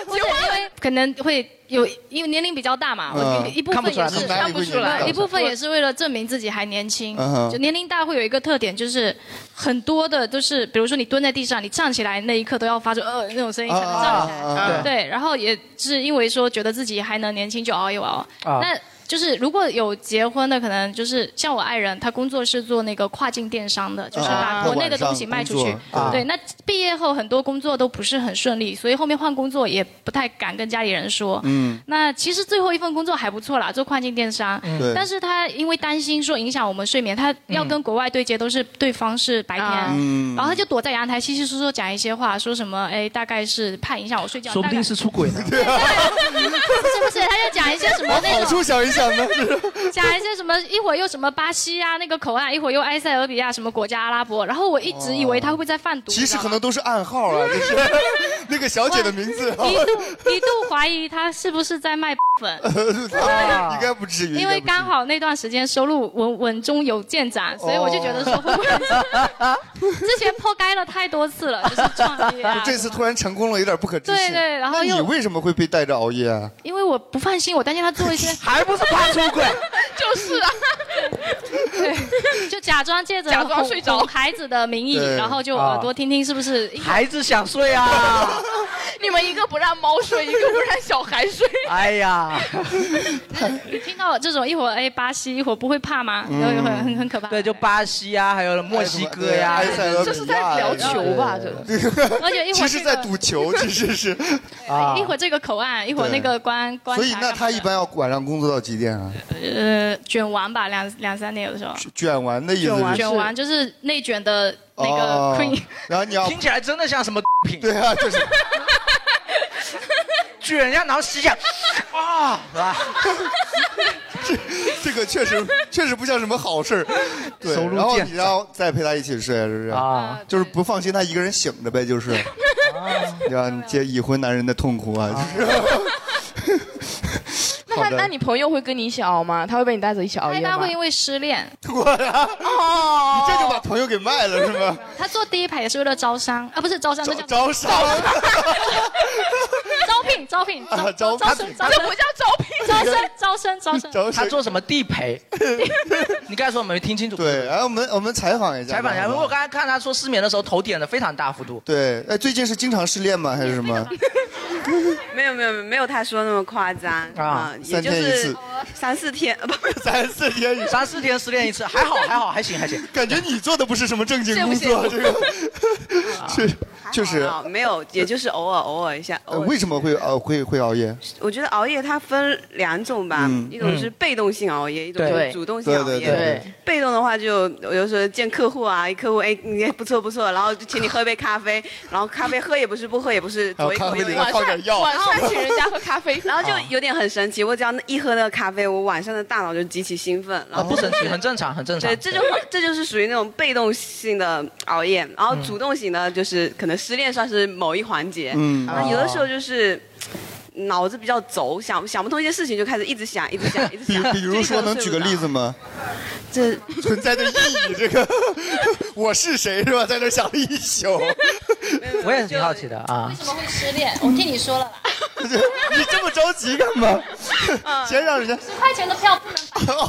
不是，因为可能会有，因为年龄比较大嘛，我
嗯
一部
看不
分
出来
也
看不出
来
是看不出来，
一
一
部
部分也是为了证明自己还年轻
嗯哼。
就年龄大会有一个特点，就是很多的都是，比如说你蹲在地上，你站起来那一刻都要发出呃那种声音才能站起来。
啊对，
对，然后也是因为说觉得自己还能年轻就熬一熬。
啊
那就是如果有结婚的，可能就是像我爱人，他工作是做那个跨境电商的，就是
啊
把国内的东西卖出去。
啊
对，那毕业后很多工作都不是很顺利，所以后面换工作也不太敢跟家里人说。
嗯，
那其实最后一份工作还不错啦，做跨境电商。
嗯
对
但是他因为担心说影响我们睡眠，他要跟国外对接都是对方是白天，
啊
嗯
然后他就躲在阳台稀稀疏疏讲一些话，说什么哎大概是怕影响我睡觉，
说不定 是出轨呢。
啊 大概是不是？他就讲一些什么
往
那
好
种，
处想一想呢，是
讲一些什么一会儿又什么巴西啊那个口岸，一会儿又埃塞俄比亚什么国家阿拉伯，然后我一直以为他会不会在贩毒，
哦其实
你知道吗
可能都是暗号啊，就是 那个小姐的名 字啊，
一度一度怀疑他是不是在卖 粉。
啊
应该不至于，
因为
应该
刚
不至于。
好那段时间收入稳稳中有见
哦
涨，所以我就觉得说会不会是之前破该了太多次了，就是创业 啊。
这次突然成功了，有点不可置信。
对对然后
那你
又
为什么会被带着熬夜啊？
因为我不放心，我担心他做一 些，
还不是怕出轨，
就是啊，对，就假装借着
假装
哄
睡着
哄孩子的名义，
对
然后就
啊
耳朵听听是不是。
孩子想睡啊，
你们一个不让猫睡，一个不让小孩 睡。
哎呀，
你听到这种一会儿哎巴西，一会儿不会怕吗？
嗯
然后一会儿很很可怕。
对，就巴西啊，还有墨西哥呀、
埃塞俄比亚
这是在
哎
聊球吧？这个
而且一会
其
儿
实
这
在
个
赌球， 其实是，
啊
一会儿这个口岸，一会儿那个关关。
所以那他一般要晚上工作到几点啊？
呃卷完吧，两两三点有的时候。
卷完的意思是
卷完就是内卷的那
哦
个 queen，、
然后你要
听起来真的像 什么品，
对 啊，就是
卷一下，然后吸一 下，啊，是吧？
这个确实确实不像什么好事儿，对
收。入
然后
见
你要再陪他一起睡，是不是？
啊，
就是不放心他一个人醒着呗， 就是，对吧？
啊
你接已婚男人的痛苦啊，就是。
那
好
他
的
那你朋友会跟你一起熬吗？他会被你带着一起熬
他
夜
一
吗
般？会因为失恋，
我
哦
呀， 你这就把朋友给卖了是 吗？
他坐第一排也是为了招商啊，不是招商，
招
这叫
招商，
招聘，招聘，
啊招
招招生，招
这
生
不，叫招聘。
招生，招生，招生。
招
他
商。
做什么地 陪？你刚才说我没听清楚。
对，哎然后我们我们采访一下，
采访一下，
好不好
我刚才看他说失眠的时候头点的非常大幅度。
对，哎，最近是经常失恋吗？还是什么？
没有没有没有他说那么夸张
啊
啊，也
三
就
天一
是
次，
三四天， 呃不不
三四天以上。
三四天失恋一次，还好还好还行还行。
感觉你做的不是什么正经工作，这个 确确实。
啊，没有，也就是偶尔偶尔一下。
呃
偶尔
为什么会熬会会熬夜？
我觉得熬夜它分两种吧，
嗯
一种是被动性熬夜，一种
对
是主动性熬夜。
对对
对，
被动的话就，有有时候见客户啊，客户哎，你不错不错，然后就请你喝杯咖啡， 然后咖啡喝也不是，不喝也不是，
还有哦咖
左一口
啡
右
里
一
面
口。。
放点药，啊
晚上请人家喝咖 啡
然后就有点很神奇，我只要一喝那个咖啡，我晚上的大脑就极其兴奋，然
啊，
哦
后
不神奇，很正常，很正常。
对，这就这就是属于那种被动性的熬夜，然后主动型的，就是可能失恋算是某一环节。
嗯，
那有的时候就是脑子比较轴，想想不通一些事情，就开始一直想，一直想， 一直
比
想。
比如说能举个例子
吗？
吗？
这
存在 的意义， 这个我是谁是吧？在这想了一宿，
我也是挺好奇的啊
为。什么会失恋？我听你说了吧，
你这么着急干嘛？ 先让人家，
十块钱的票不能白
好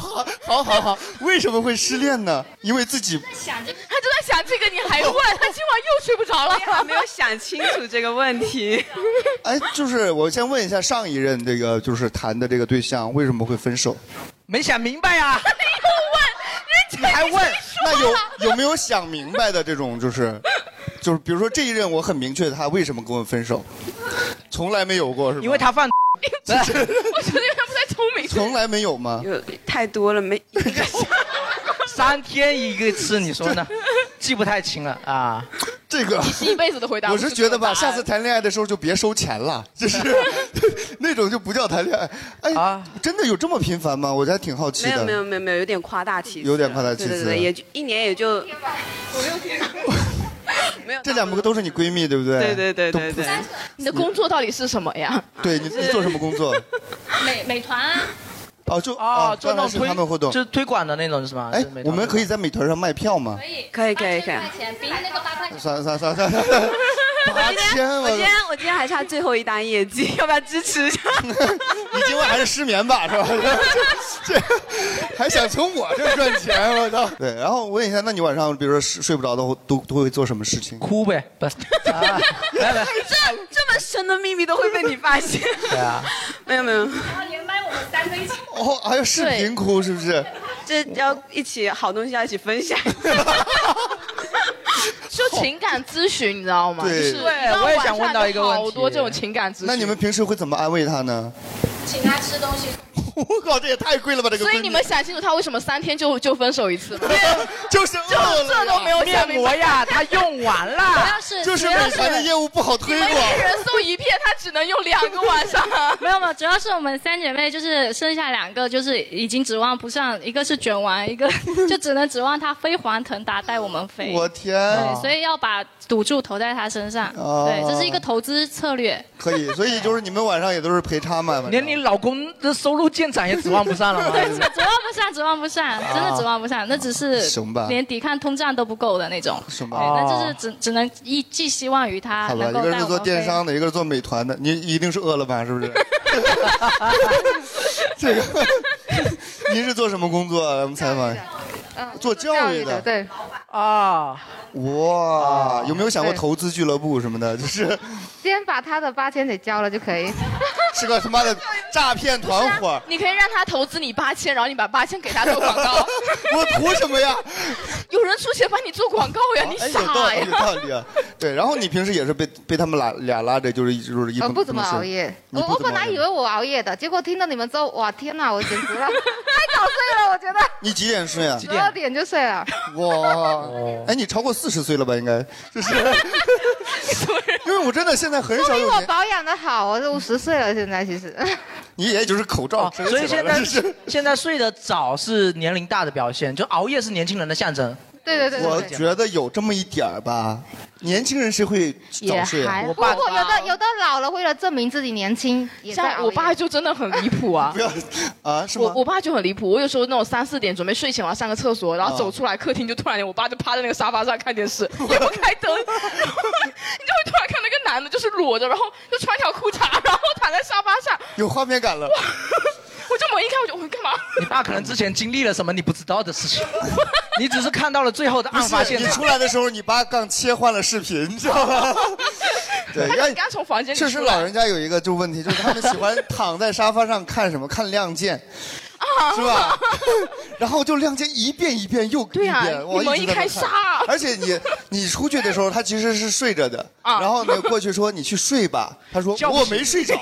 好好好，为什么会失恋呢？因为自己
想，这
他就在想这个，你还问，他今晚又睡不着了
你。还没有想清楚这个 问题。
哎，就是我先问一下上一任这个就是谈的这个对象为什么会分手？
没想明白 啊！你还问？
那有有 没有想明白的这种就是，就是比如说这一任我很明确他为什么跟我分手，从来没有过是吧？
因为他犯
我觉得他不太聪明。
从来没有吗？
有太多了，没
三天一个吃，你说 呢？记不太清了啊。
这个。
一辈子的回答。
我是觉得吧，下次谈恋爱的时候就别收钱了， 就是那种就不叫谈恋爱。哎，
啊
真的有这么频繁吗？我还挺好奇
没
的。
有没有没有没有，有点夸大其词，
有点夸大其词
对对对，也就一年也就左右天，没有
这两个都是你闺蜜对不对？
对对对
都
对对，
你的工作到底是什么呀？
对你你做什么工作？
美美团啊，
哦，就
哦，做那
刚才是
种推
他们活动。
就是推广的那种是吗？
哎
就是美，团
我们可以在美团上卖票吗
可？以，
可以可以可以
八千块钱比你那个八块钱。
三三三三三，八千，
我
我
今天我今天还差最后一单业绩，要不要支持一下？
你今晚还是失眠吧，是吧？ 这这还想从我这儿赚钱，我操！对，然后我问一下，那你晚上比如说睡睡不着的话，都都会做什么事情？
哭呗，不是？啊来来，
这么深的秘密都会被你发现？
对啊，
没有没有，
然后连麦我们三个一起。
哦，还有视频哭是不是？
这要一起好东西要一起分 享。
就情感咨询，你知道吗？
对
就是
对我也想问到一个问题
好多这种情感咨询。
那你们平时会怎么安慰他呢？
请他吃东西。
我靠，这也太贵了吧！这个
所以
闺蜜
你们想清楚他为什么三天就就分手一次吗？
就是饿了呀
这都没有想
面
明
膜
白。
呀，他用完
主
了
要。是
就是
主要
美
是
团的业务不好推
你们一
广。
人送一片，他只能用两个晚上。 啊
没有没有，主要是我们三姐妹就是剩下两个，就是已经指望不上，一个是卷完，一个就只能指望她飞黄腾达带我们飞。
我天，
对，所以要把赌注投在她身上。
哦
对，这是一个投资策略。
可以，所以就是你们晚上也都是 陪他嘛，晚上
连你老公的收入见长也指望不 上了吗？
对，指望不上，指望不上，真的指望不上，那只是
行哦吧
连抵抗通胀都不够的那种。
什
对，
么？
那就是只只能寄寄希望于她
啊
好吧，一
能够
个人
带
是
我
做
们
电
飞。
商的，一个是做美团的，你一定是饿了吧？是不 是？这个，您是做什么工作啊？我们采访一下。做教育的，
对，
哦
啊，
哇，有没有想过投资俱乐部什么 的？就是
先把他的八千给交了就可以。
是个他妈的诈骗团伙，
你可以让他投资你八千，然后你把八千给他做广 告。
我图什么呀？
有人出钱帮你做广告呀，你
哎，有道
傻
理，有
呀？
道理 啊。对，然后你平时也是被被他们俩俩拉着，就是一就是一
呃，
分
不怎么熬夜。
你
我
不
我
怎么
本来
熬夜
以为我熬夜的，结果听到你们之后，哇，天哪，我简直 了，太早睡了，我觉得
你几点睡啊？
十二点就睡了。
哇，哎，你超过四十岁了吧？应该 就是，因为我真的现在很少
因为
有
我
年，
保养的好，我都五十岁了，现 在其实。
你也就是口罩遮起
哦所
来
以现在
了，就是
现在睡得早是年龄大的表现，就熬夜是年轻人的象征。
对对对对
我
对
觉得有这么一点儿吧。年轻人谁会早睡啊？
不过有的有的老了，为了证明自己年轻，也在
像我爸就真的很离 谱啊！
不要啊，是
我
吗？
我爸就很离谱，我有时候那种三四点准备睡前我要上个厕所，然后
啊
走出来客厅就突然间我爸就趴在那个沙发上 看电视，也不开灯，然后 你就会突然看那个男的就是裸着，然后就穿条裤衩，然后躺在沙发上，
有画面感了。
我就猛一看我就我干嘛？
你爸可能之前经历了什么你不知道的事 情，你只是看到了最后的
不
案发
是，
现
你
场。
出来的时候，你爸刚切换了视频，你知道吗？对，
他
让
就刚从房间里
确实，
出来
老人家有一个就问题，就是他们 喜欢躺在沙发上看什么？看《亮剑》，
啊
是 吧？ 然后就《亮剑》一遍一遍又一
啊
遍，我
你们
直
一
在那
开
看
杀
而且 你你出去的时候，他其实是睡着的，
啊
然后呢过去说你去睡吧，他说
叫不
我
醒
没睡 着，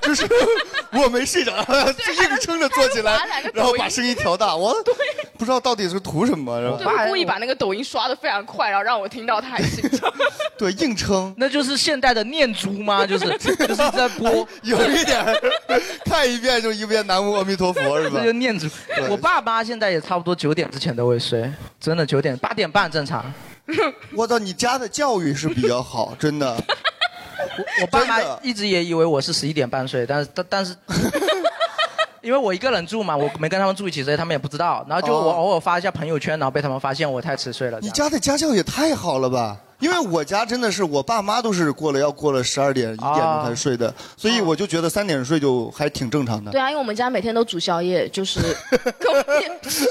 就是 我没睡着，就硬撑着坐起
还
来
能，
然后
把两个抖音
把 声音调大，我不知道到底是图什么，然后
对，我故意把那个抖音刷的非常快，然后让我听到他还兴奋。
对硬撑。
那就是现代的念珠 吗？就是就是在播，
哎有一点儿，看一遍就一遍南无阿弥陀佛是吧
那？就念珠
对。
我爸妈现在也差不多九点之前都会睡，真的九点八点半正常。
我操，你家的教育是比较好，真的。
我爸妈一直也以为我是十一点半睡，但是但 但是，因为我一个人住嘛，我没跟他们住一起，所以他们也不知道。然后就
哦
我偶尔发一下朋友圈，然后被他们发现我太迟睡了。这
你
样
家的家教也太好了吧？因为我家真的是我爸妈都是过了要过了十二点一点
啊
钟才睡的，所以我就觉得三点睡就还挺正常的。
对啊，因为我们家每天都煮宵夜，就是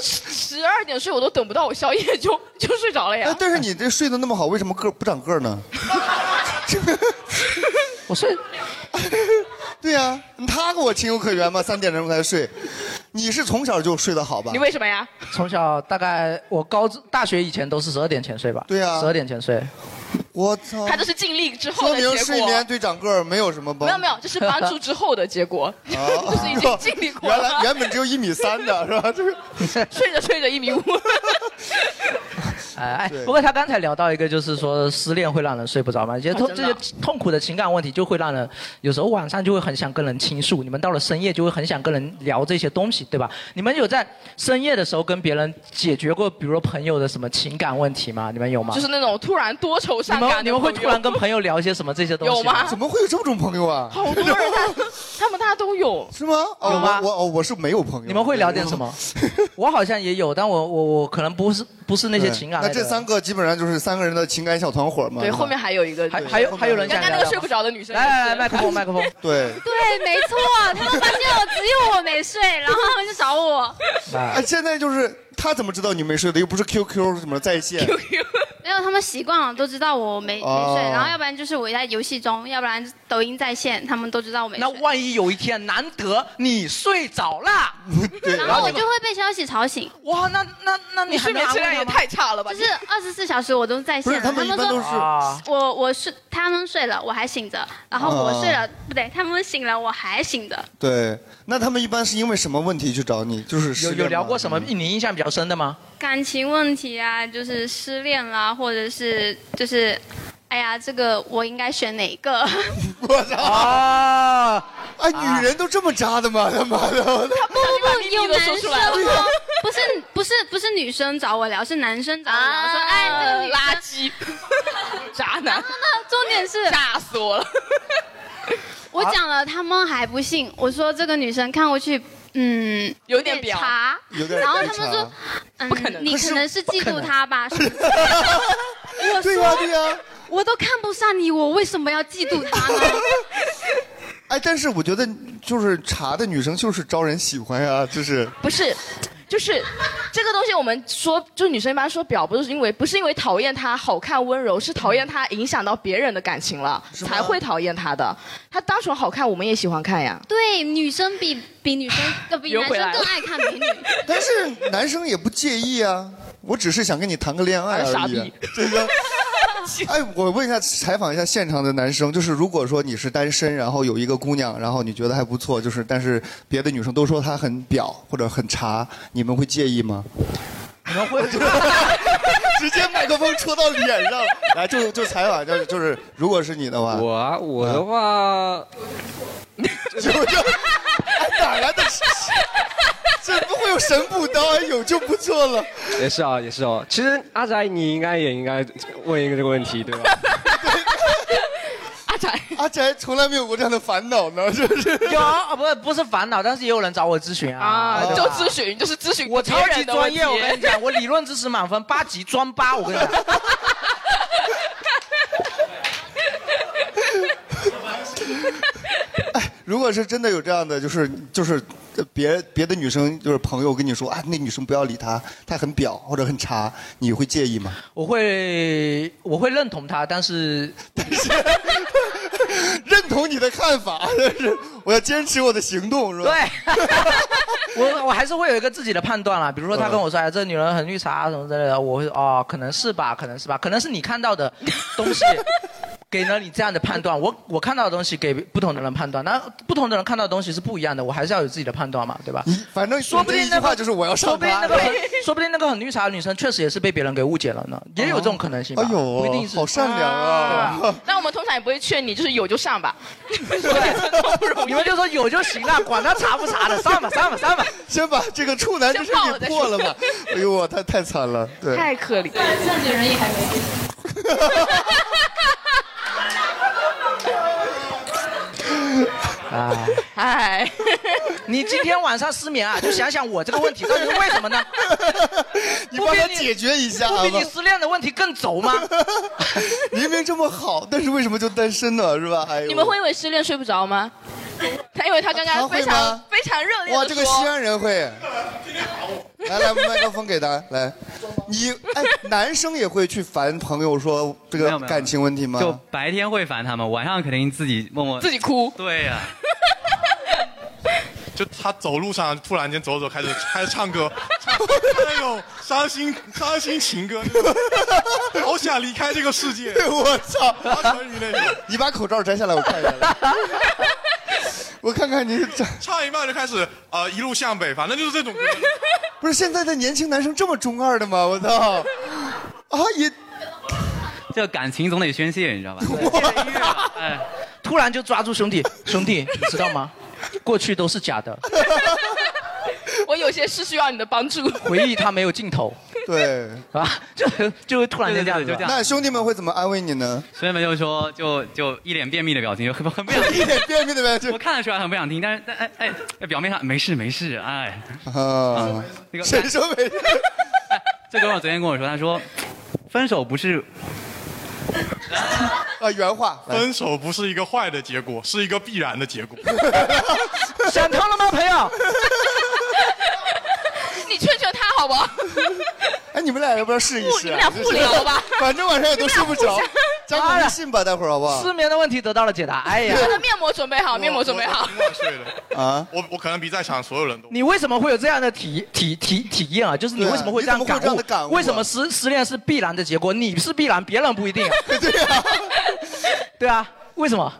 十二点睡我都等不到我宵夜就就睡着了
哎
呀。
但是你这睡得那么好，为什么个儿不长个儿呢？
我睡。
对呀、他跟我情有可原嘛，三点钟才睡。你是从小就睡得好吧？
你为什么呀？
从小大概我高中大学以前都是十二点前睡吧？
对啊
十二点前睡。
我操！
他这是尽力之
哦
后
说
的结
明
果。
睡眠对长个儿没有什么帮。
没有没有，这是帮 助之后的结果， 就是已经尽力过
哦原来
了。
原本只有一米三的是吧？这个
睡着睡着一米五，
哎哎
对，
不过他刚才聊到一个，就是说失恋会让人睡不着嘛，一些痛
啊真
这
的
些痛苦的情感问题就会让人有时候晚上就会很想跟人倾诉，你们到了深夜就会很想跟人聊这些东西，对吧？你们有在深夜的时候跟别人解决过，比如说朋友的什么情感问题吗？你们有吗？
就是那种突然多愁
你
善
们
感
你
的
们会
朋
突
友
然跟朋友聊一些什么这些东西？
有吗
怎么会有这种朋友啊？
好多人他他们大家都有，
是吗？哦
有吗
我我哦我是没有朋友。
你们会聊点什么？我好像也有，但我我我可能不是不是那
对？
些情感类
那
的。
这三个基本上就是三个人的情感小团伙嘛。
对，
是吧
后面还有一个，
还还有还有人
刚
想
刚那
聊
个
聊
睡不
吗。
着的女生，
来来来，麦克风麦克 风。
对。
对，没错，他们发现我只有我没睡，然后他们就找我。
来
哎，现在就是他怎么知道你没睡的？又不是 QQ 什么在线。
没有，他们习惯了，都知道我没没睡，然后要不然就是我在游戏中，要不然抖音在线，他们都知道我没
那
睡，
万一有一天难得你睡着啦，
对，
然后我就会被消息吵醒。
哇，那那那你
你
还
睡
没
眠质量也太差了吧？
就是二十四小时我都在
不是
线的，
他们一般都
说
是
啊，
我我睡，他们睡了，我还醒着，然后我睡了，不对，他们醒了，我还醒着。
对。那他们一般是因为什么问题去找你？就是失
有
恋
有聊
吗
过什么？你印象比较深的吗？
感情问题啊，就是失恋啦、或者是就是，哎呀，这个我应该选哪个？
我操！
啊，
哎，女人都这么渣的吗？他妈的！
不不，有
都
男
说
生
出来了
哦，不是不是不是女生找我聊，是男生找我聊，说哎这个女生
垃圾，渣 男，
那重点是
炸死我了！
我讲了，他们还不信。我说这个女生看过去，嗯，
有点表
差
有点
然后
绿
他们
茶
说，嗯
可能，
你可能是嫉妒他吧？是不是
对呀对呀。
我都看不上你，我为什么要嫉妒 他呢？
哎，但是我觉得就是茶的女生就是招人喜欢呀、就是
不是，就是这个东西，我们说，就女生一般说表，不是因为不是因为讨厌她好看温柔，是讨厌她影响到别人的感情了，才会讨厌她的。她单纯好看，我们也喜欢看呀。
对，女生比比女生呃比
又
男
回
生
来了
更爱看美女。
但是男生也不介意啊，我只是想跟你谈个恋爱而
傻
已
逼。
这 个，哎，我问一下，采访一下现场的男生，就是如果说你是单身，然后有一个姑娘，然后你觉得还不错，就是但是别的女生都说她很婊或者很茶，你们会介意吗？
你们会
直接麦克风戳到脸上， 来就就采访一下，就是如果是你的话，
我啊我的话，
就就哎哪来的？ 这不会有神补刀，有就不错了。
也是啊，也是哦。其实阿宅，你应该也应该问一个这个问题，对吧？
阿宅，
阿宅从来没有过这样的烦恼呢，是不是？
有啊，不是不是烦恼，但是也有人找我咨询啊。
啊，
对
就
吧
咨询，就是咨询
我
别
超级
人的
专业，我
问题
跟你讲，我理论知识满分，八级专八，我跟你讲。
如果是真的有这样的，就是就是呃别别的女生就是朋友跟你说啊，那女生不要理她，她很婊或者很茶，你会介意吗？
我会我会认同他，但是
认同你的看法，就是我要坚持我的行动，是吧？
对， 我我还是会有一个自己的判断啦。比如说他跟我说，哎，这女人很绿茶啊什么之类的，我会哦，可能是吧，可能是吧，可能是你看到的东西。给了你这样的判断，我我看到的东西给不同的人判断，那不同的人看到的东西是不一样的，我还是要有自己的判断嘛，对吧？
反正
说不定那
总之一句话
个
就是我要
说
上
不定
他
那个很 说不定那个很绿茶的女生确实也是被别人给误解了呢，也有这种可能性吧。
哎呦
不一定是
好善良 啊
对吧
但我们通常也不会劝你，就是有就 上吧。
你们就说有就行了，管他查不查的，上吧上吧上吧，
先把这个处男之事给破了吧。哎呦，我太太惨了，对。
太 可怜，
善解人意还没。
啊
哎，
哎，
你今天晚上失眠啊？就想想我这个问题到底是为什么呢？
你帮他解决一下
不比
好
你
吗
失恋的问题更轴吗？
明明这么好，但是为什么就单身呢？是吧？哎呦，
你们会因为失恋睡不着吗？他因为他刚刚非
啊他会
常
吗
非常热烈
哇，
的
这个西
说，
安人会。来来，麦克风给他来。你哎，男生也会去烦朋友说这
没有
个
没有
感情问题吗？
就白天会烦他们，晚上肯定自己默默
自己哭。
对呀、
就他走路上突然间走着走开始 开始唱歌， 唱唱那种伤心伤心情歌，那种好想离开这个世界。
我操！
华晨宇那种，
你把口罩摘下来，我 看一下来。我看看你这
唱一半就开始呃一路向北，反正就是这种歌。
不是现在的年轻男生这么中二的吗？我操！啊也
这感情总得宣泄，你知道 吧？ 哎，
啊突然就抓住兄弟，兄弟，你知道吗？过去都是假的，
我有些事需要你的帮助。
回忆它没有尽 头。
对，
啊，就 就会突然间这样子
对对对就这样
那兄弟们会怎么安慰 你呢？
所以们就说，就就一脸便秘的表情，就 很很不想听，
一脸便秘的表情。
我看得出来很不想听，但是但哎哎哎，表面上没事没事，哎，
啊，
那 个
谁说 没事？
这哥们儿昨天跟我说，他说分手不是呃
啊，原话，
分手不是一个坏的结果，是一个必然的结果。
想通了吗，朋友？
你劝劝他好不好？
哎，你们俩要不要试一试、啊？
你们俩互聊吧
就是 反正晚上也都睡不着
你们俩互相，
加个微信吧，待会儿好不好？
失眠的问题得到了解答。哎呀
他，的面膜准备好，面膜准备好。
啊，
我我可能比在场所有人都。
你为什么会有这样的体体体体验啊？就是你
对啊
为什么会这样
你怎么会
感
这样
悟？
的感悟啊
为什么失失恋是必然的结果？你是必然，别人不 一定、啊。对啊，对啊，为什么？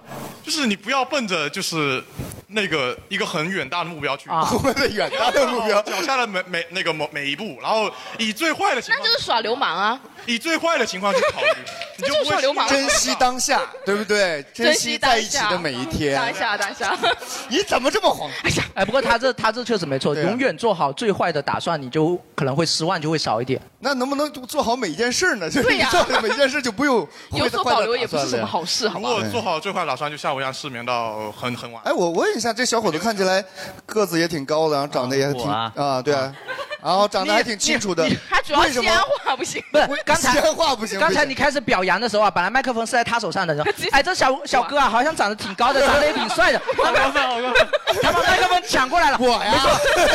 就是你不要奔着就是那个一个很远大的目标去，
啊
奔着远大的目标，
脚下的每每那个某每一步，然后以最坏的情况，
那就是耍流氓啊！
以最 坏的情况去考虑，你就
那就
不
是
会
耍流氓啊
珍惜当下，对不对？珍惜在一起的每一
当
天。
下，当下。
你怎么这么黄？
哎，不过他 这他这确实没错，
对啊
永远做好最坏的打算，你就可能会失望就会少一点。
那能不能做哦好每 一件事呢？就是
对
你
呀
做好每一件事就不用
有所保留也不是什么好
事。
事，好
如
不
果
好？
做好最坏打算，就像我一样失眠到很 很晚。
哎，我问一下，这小伙子看起来个子也挺高的，然后长得也挺
我啊
啊，对啊，然后长得还挺清楚的。
他主要
为什
西
么
安话不行，
不是，刚才
西安话不行
刚
不
才
行
你开始表扬的时候啊，本来麦克风是在他手上的，然后 哎，这小小哥啊，好像长得挺高的，长得也挺帅的，他把 他把麦克风抢过来了。我呀，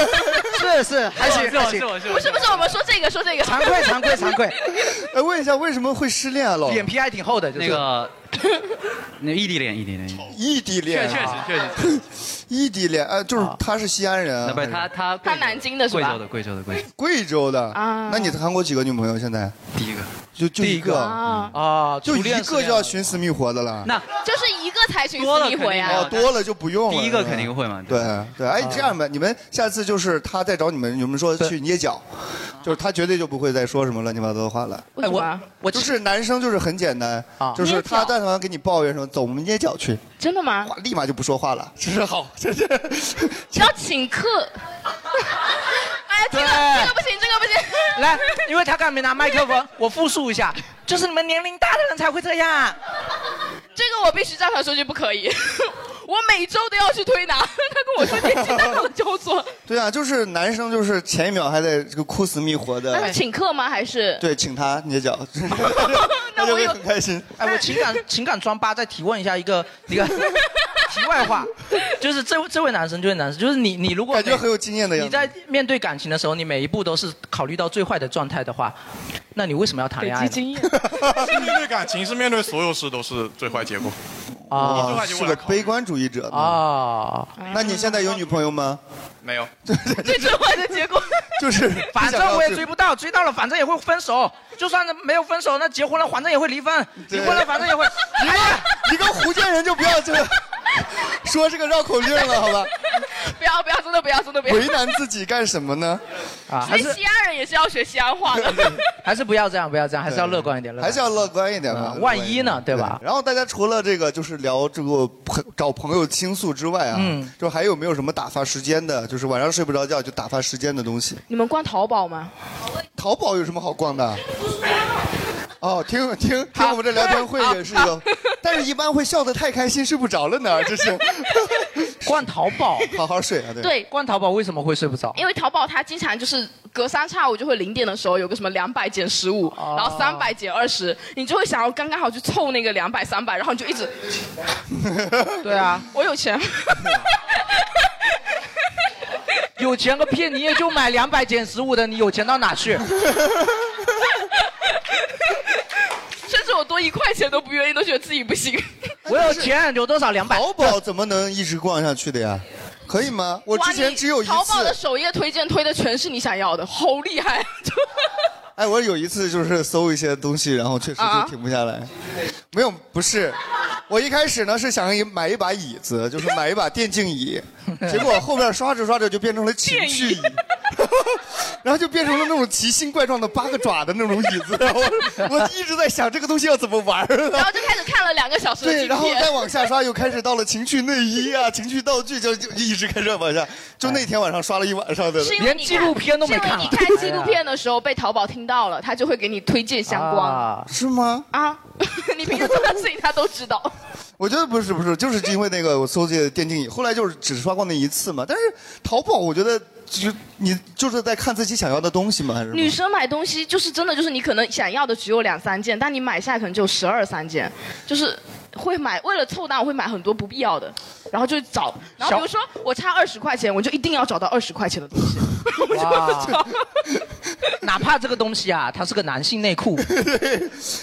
是是，还行还行，
不是不是，我们说这个说这个，
惭愧惭愧惭愧。
哎，问一下，为什么会失恋啊？老
脸皮还挺厚的，
那个， 那异地恋，异地恋，
异地恋啊，
确实确实
实异地恋，呃，就是他是西安人啊，
那不是他
还
他
他南京的是
贵
吧
州？的，贵州的，贵州的。
贵州的
啊
那你谈过几个女朋友？现在
第一个，嗯
就就一个
啊
啊
就一个就要寻死觅活的了。
那
就是一个才寻思一回啊。
哦，多了就不用了。
第一个肯定会嘛。啊
对对，哎，这样吧，你们下次就是他再找你们，你们说去捏脚，就是他绝对就不会再说什么乱七八糟的话了。
为什么啊哎
我
就是男生就是很简单，
啊
就是他但凡跟你抱怨什么，走，我们捏脚去，
真的吗？
立马就不说话了，真是好，真是。
要请客。哎，这个
对
这个不行，这个 不行。
来，因为他刚才没拿麦克风，我复述一下，就是你们年龄大的人才会这样。
啊这个我必须照常说句不可以， 我每周都要去推拿。 他跟我说年纪大了就 要做，
对啊，就是男生就是前一秒还得这个哭死觅活的，
那是请客吗？还是？
对，请他捏脚， 他就会很开心。
哎，我情感情感专八再提问一下一个一个 题外话，就是这位这位男生，这位男生，就是你你如果感觉很
有经验的
样你在面对感情的时候，你每一步都是考虑到最坏的状态的话，那你为什么要谈恋爱呢？
验。
面对感情是面对所有事都是最坏结果。最
哦
坏结
是
果
个悲观主义者
啊。
那你现在有女朋友吗？
没有，
最最坏的结果
就是
反正我也追不到，追到了反正也会分手。就算没有分手，那结婚了反正也会离婚，离婚了反 正也会。哎
一个一个福建人就不要 这个说这个绕口令了，好吧？
不要不要，真的不要，真的不要。
为难自己干什么呢？
啊
所以西安人也是要学西安话的。
还是不要这样，不要这样，还是要乐观一点，乐观
还是要乐观一点吧。
嗯万一呢，对吧？
然后大家除了这个就是聊这个朋找朋友倾诉之外啊，
嗯
就还有没有什么打发时间的？就是晚上睡不着觉就打发时间的东西。
你们逛淘宝吗？
淘宝有什么好逛的？ 哦，听听听我们这聊天会也是一 个，但是一般会笑得太开心睡不着了呢，这啊 是。
逛淘宝，
好好睡啊，对。
对
逛淘宝为什么会睡不着？
因为淘宝它经常就是隔三差五就会零点的时候有个什么两百减十五，
哦
然后三百减二十，你就会想要刚刚好去凑那个两百三百，然后你就一直。
对啊，
我有钱，
有钱个屁！你也就买两百减十五的，你有钱到哪去？
甚至我多一块钱都不愿意，都觉得自己不行。
我有钱，有多少两百？
哎淘宝怎么能一直逛下去的呀？可以吗？我之
哇
前
你
只有一次。
淘宝的首页推荐推的全是你想要的，好厉 害！
哎，我有一次就是搜一些东西，然后确实
啊
就停不下来。没有，不是，我一开始呢是想一买一把椅子，就是买一把电竞 椅，结果后面刷着刷着就变成了情趣椅， 然后就变成了那种奇形怪状的八个爪的那种椅子。然后我我一直在想这个东西要怎么玩儿
然
啊
后就开始看了两个小时的
对，
纪
然后
录片
再往下刷，又开始到了情趣内衣啊、情趣道具，就就一直开始往下。就那天晚上刷了一晚上的，
是因为你看是因为你看纪录片的时候被淘宝听到了，他就会给你推荐相关。
啊
是吗？
啊， 你平时做他自己他都知道。
我觉得不是不是，就是因为那个我搜这个电竞椅，后来就是只刷过那一次嘛。但是淘宝，我觉得就是你就是在看自己想要的东西嘛，还 是什么
女生买东西就是真的就是你可能想要的只有两三件，但你买下来可能就有十二三件，就是会买为了凑单我会买很多不必要的，然后就找，然后比如说我差二十块钱，我就一定要找到二十块钱的 东西。
哇！哪怕这个东西啊，它是个男性内 裤，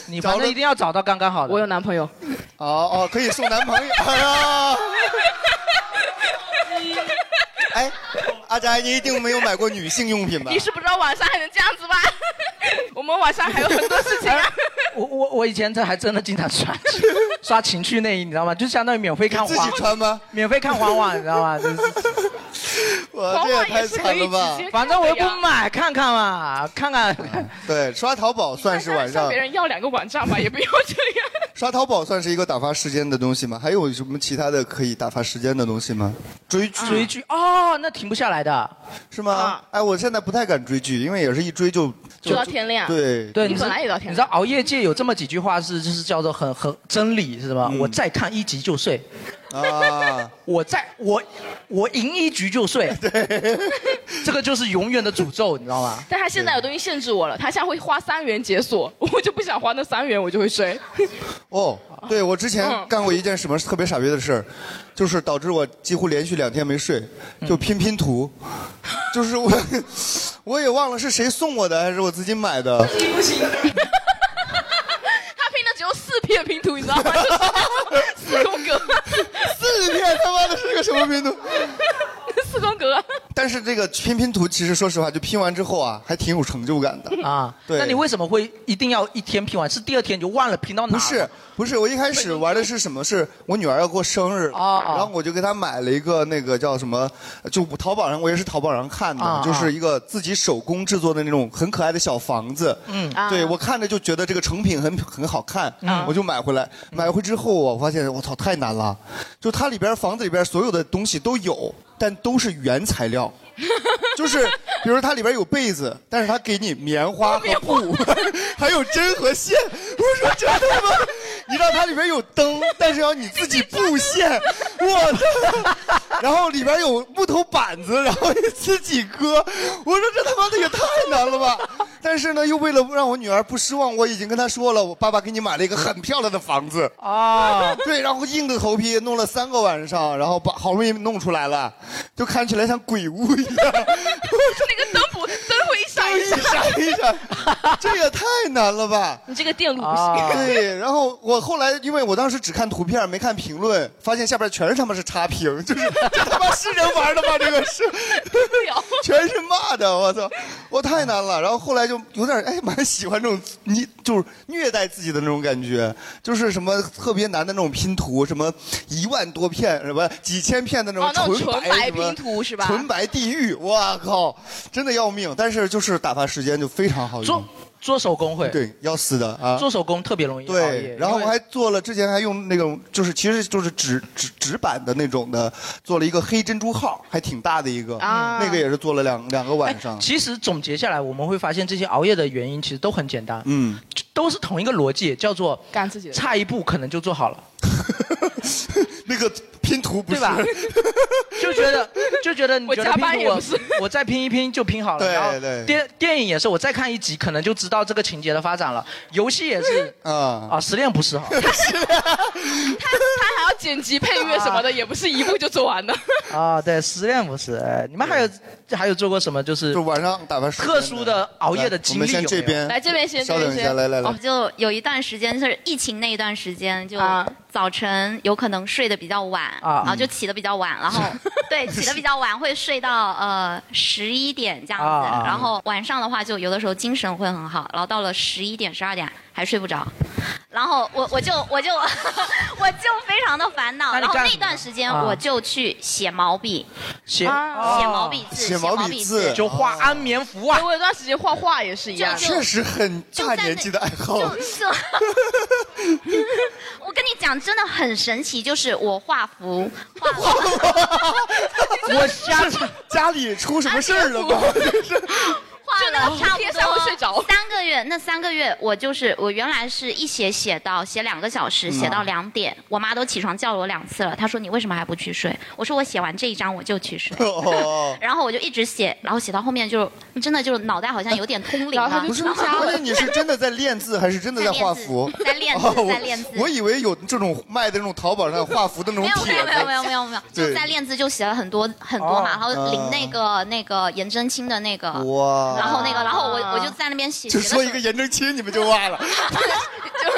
你反正一定要找到刚刚好的。我
有男朋友。
哦哦，可以送男朋友。哎呀，哎， 阿宅，你一定没有买过女性用品吧
你？是不知道晚上还能这样子吧？ 我们晚上还有很多事 情啊。
哎我我我以前这还真的经常刷刷情趣内衣，你知道吗？就相当于免费看
自
黄
己穿吗？
免费看黄网，你知道 吗？就是
我啊这也太惨了吧！啊
反正我又不
啊
买，看看嘛，看看。
对，刷淘宝算是晚
向
上
别人要两个晚上吧，也不要这样。
刷淘宝算是一个打发时间的东西吗？还有什么其他的可以打发时间的东西吗？追剧，
追剧啊哦，那停不下来的，
是吗？哎，我现在不太敢追剧，因为也是一追就
就到天亮
对
对，
你本
知
来也到天亮
你知道熬夜界有这么几句话是，就是叫做很很真理，是吧？我再看一集就睡，
嗯啊，
我在我我赢一局就 睡，对，这个就是永远的诅咒，你知道吗？
但他现在有东西限制我了，他现在会花三元解锁，我就不想花那三元，我就会睡。
哦，对我之前
嗯
干过一件什么特别傻逼的事儿，就是导致我几乎连续两天没睡，就拼拼图，就是我 我也忘了是谁送我的还是我自己买的，
你不行。 他拼的只有四片拼图，你知道吗？就是 四宫格，
四片他妈的 是个什么拼图？
四宫格。
但是这个拼拼图其实说实话，就拼完之后啊，还挺有成就感的
啊。
对，
那你为什么会一定要一天拼完？是第二天你就忘了拼到哪？
不是，不是，我一开始玩的是什么？是我女儿要过生日，
哦
然后我就给她买了一个那个叫什么，就淘宝上我也是淘宝上看的
啊，
就是一个自己手工制作的那种很可爱的小房子。
嗯嗯
嗯
啊，
对我看着就觉得这个成品很很好看，我就买回来。买回之后啊我发现我操太难了，就它里边房子里边所有的东西都有，但都是原材 料。就是，比如它里边有被子，但是它给你棉花和布，还有针和线。我说这他妈， 你知道它里边有灯，但是要你自己布线，我操！然后里边有木头板子，然后你自己割。我说这他妈的也太难了吧！但是呢，又为了让我女儿不失望，我已经跟她说了，我爸爸给你买了一个很漂亮的房子。
啊，
对，然后硬着头皮弄了三个晚上，然后把好不容易弄出来了，就看起来像鬼屋一样。
那个灯不灯会一闪
一闪一闪，这也太难了吧！
你这个电路不行。
啊
对，然后我后来因为我当时只看图片没看评论，发现下边全是他妈是差评， 就是这他妈是人玩的吗？这个是， 全是骂的，我操，我太难了。然后后来就有点哎，蛮喜欢这种你就是虐待自己的那种感觉，就是什么特别难的那种拼图，什么一万多片，什么几千片的那
哦那种
纯白,、
纯白拼图是吧
纯白地狱，我靠，真的要命。但是就是打发时间就非常好用。
做做手工会，
对，要死的啊！
做手工特别容易熬
对
夜，，
然后我
因为
还做了，之前还用那种就是其实就是纸纸纸板的那种的，做了一个黑珍珠号，还挺大的一个，
啊
那个也是做了两两
哎
个晚上。
哎其实总结下来，我们会发现这些熬夜的原因其实都很简单，
嗯，
都是同一个逻辑，叫做
干自己的
差一步可能就做好了。
那个拼图不
对吧？就觉得就觉得你
我
觉得
加班
拼图
也
我
不是
我再拼一拼就拼好了。
对
然后
对
电电影也是，我再看一集可能就知道这个情节的发展了。游戏也是
啊
啊，十恋不 是哈。
他还要剪辑配乐什么的，也不是一步就做完的。
啊，对，失恋不是。哎你们还有还有做过什么？就是
就晚上打发时间
特殊的熬夜的经历有没有？
来这边先，
来
哦， 就有一段时间是疫情那一段时间，就早晨有可能睡得比较晚，
啊
然后就起得比较晚，然后对起得比较晚会睡到呃十一点这样子，
啊
然后晚上的话就有的时候精神会很好，然后到了十一点十二点还睡不着，然后我我就我 就我就非常的烦恼，
那你
然后
干
那
什么
段时间
啊
我就去写毛笔，
写
啊写毛笔字，字，
就画安眠符啊。
我有段时间画画也是一样，
就就确实
很
大年纪的
爱好
就这， 我跟你讲，真的很神奇，就是我画符， 画
我家家里出什么事儿了吗？
啊画
那
了
个
差
贴
不
上会
多
睡着
三个月，那三个月我就是我原来是一写写到写两个小时，
嗯
写到两点，我妈都起床叫了我两次了，她说你为什么还不去睡？我说我写完这一章我就去睡
哦，
然后我就一直写，然后写到后面就真的就是脑袋好像有点通灵啊
啊
了，
不是，关键你 是真的在练字，还是真的在画符？
在练字
哦我
在练字
我以为有这种卖的那种淘宝上画符的那种
没有
帖
没有没有
子。
没有没有没有，
对
就在练字就写了很多很多嘛，然
哦
后领那个那个颜真卿的那个，
哇
然后那个然后我我就在那边写，
啊就
写
说
的
一个颜真卿，你们就 忘了。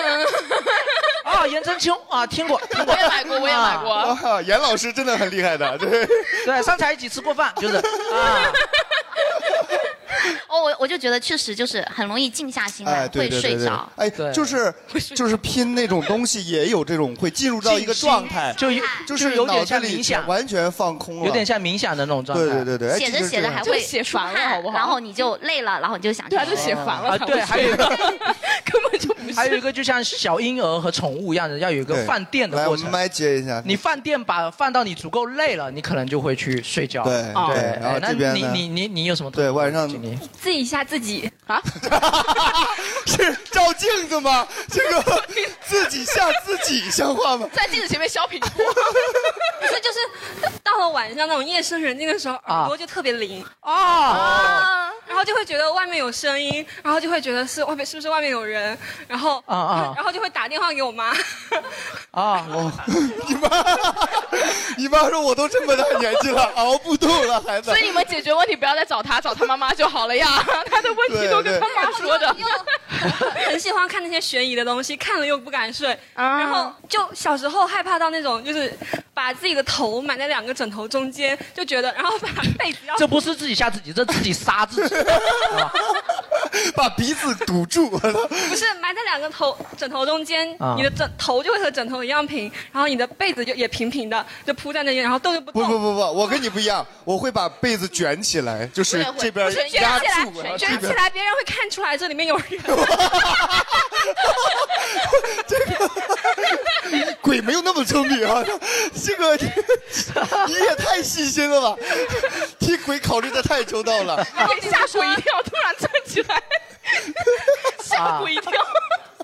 啊，颜真卿啊，听过，听过。
我也买过，我也买过。
哇，啊 严老师真的很厉害的，对。
对，上次还一起吃过饭，就是啊，
哦，我我就觉得确实就是很容易静下心来，
哎，对对
会
对
睡
对
着，。
哎， 就是就是拼那种东西，也有这种会进入到一个状 态，
就
就
就是有
脑
点
子
像
里
冥想
完全放空了，
有点像冥想的那种状态。
对对对对哎
写着写着还会出汗，然后你就累了，然后你就想
对，他就写烦了
啊，
才会
对，还有一个
睡
根本就不是，还有一个就像小婴儿和宠物一样的，要有一个
对
放电的
来，
过
我
程
们。麦接一下。
你放电把放到你足够累了，你可能就会去睡觉。
对
哦
哎
对，然后
那
这边
你
呢
你你你有什么特
对晚上
经历？
自己吓自己啊！
是照镜子吗？这 个自己吓自己像话吗？
在镜子前面削苹果。
不是，就是到了晚上那种夜深人静的时候，耳朵就特别灵啊
哦，
然后就会觉得外面有声音，然后就会觉得是外面是不是外面有人，然后
啊啊
然后就会打电话给我妈，
啊，
我 你妈，你妈说我都这么大年纪了，熬不动了，孩子。
所以你们解决问题不要再找他，找他妈妈就好了 呀。他的问题都跟他妈说的。
很喜欢看那些悬疑的东西，看了又不敢睡，
啊
然后就小时候害怕到那种，就是把自己的头埋在两个枕头中间，就觉得，然后把被子 要
这不是自己吓自己，这自己杀自己。
把鼻子堵住。
不是埋在两个头枕头中间，
啊
你的枕头就会和枕头一样平，然后你的被子就也平平的，就铺在那边，然后动就不
不
动。
不不不，我跟你不一样，我会把被子卷起来，就是这边
卷起
压
来
住，然后，这
卷起
边
来，别人会看出来这里面有人。
鬼没有那么聪明啊，这个你也太细心了吧，替鬼考虑的太周到了。
然后吓鬼一跳，突然站起来， 吓鬼一跳。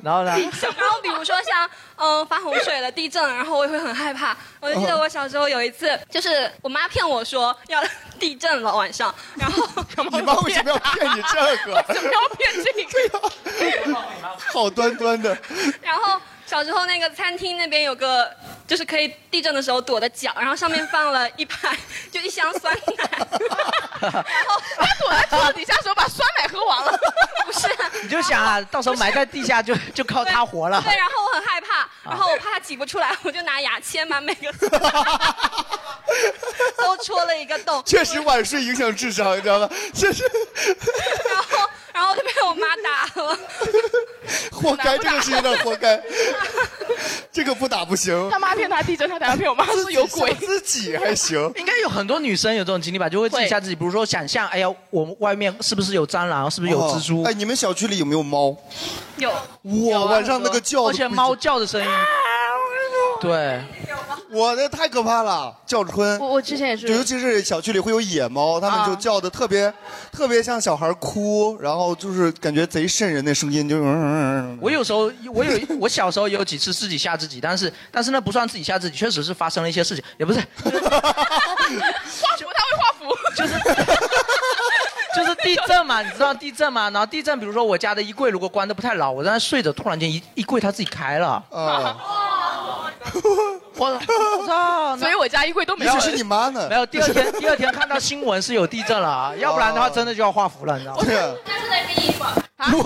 然后呢？
然后比如说像嗯、呃发洪水了、地震了，然后我也会很害怕。我就记得我小时候有一次，就是我妈骗我说要地震了晚上，然后
你妈为什么要骗你这个？
为什么要骗这个？
好端端的，
然后小时候那个餐厅那边有个，就是可以地震的时候躲的脚，然后上面放了一盘，就一箱酸奶。 然后他
躲在桌子底下的时候把酸奶喝完了，
不是？
你就想啊，到时候埋在地下 就就靠它活了。
对，然啊后我很害怕，然后我怕它挤不出来，我就拿牙签把每个都戳了一个洞。
确实晚睡影响智商，你知道吗？确实，
然后然后就被我妈打了。
活该，这个是有点活该， 这个不打不行。
他妈骗他地震，他打算骗我妈说有鬼。
自己还 行，
应该有很多女生有这种经历吧，就会自己吓自己，比如说想象，哎呀，我们外面是不是有蟑螂，是不是有蜘蛛？
哦哎，你们小区里有没有猫？
有啊
哇，晚上那个叫，
而且猫叫的声 音，对，
我的太可怕了，叫春。
我我之前也是
就尤其是小区里会有野猫，它们就叫的特别、特别像小孩哭，然后就是感觉贼瘆人那声音，就嗯嗯嗯嗯。
我有时候，我有我小时候有几次自己吓自己，但是但是那不算自己吓自己，确实是发生了一些事情，也不是，
画符他会画符，
就是就是地 震嘛，你知道地震嘛？然后地震，比如说我家的衣柜如果关的不太牢，我在那睡着，突然间衣衣柜它自己开了，
啊
我我操！
所以我家衣柜都没有。
妈呢？
没有，第二天第二天看到新闻是有地震了啊，要不然的话真的就要画符了，你知道吗？
是在跟衣服。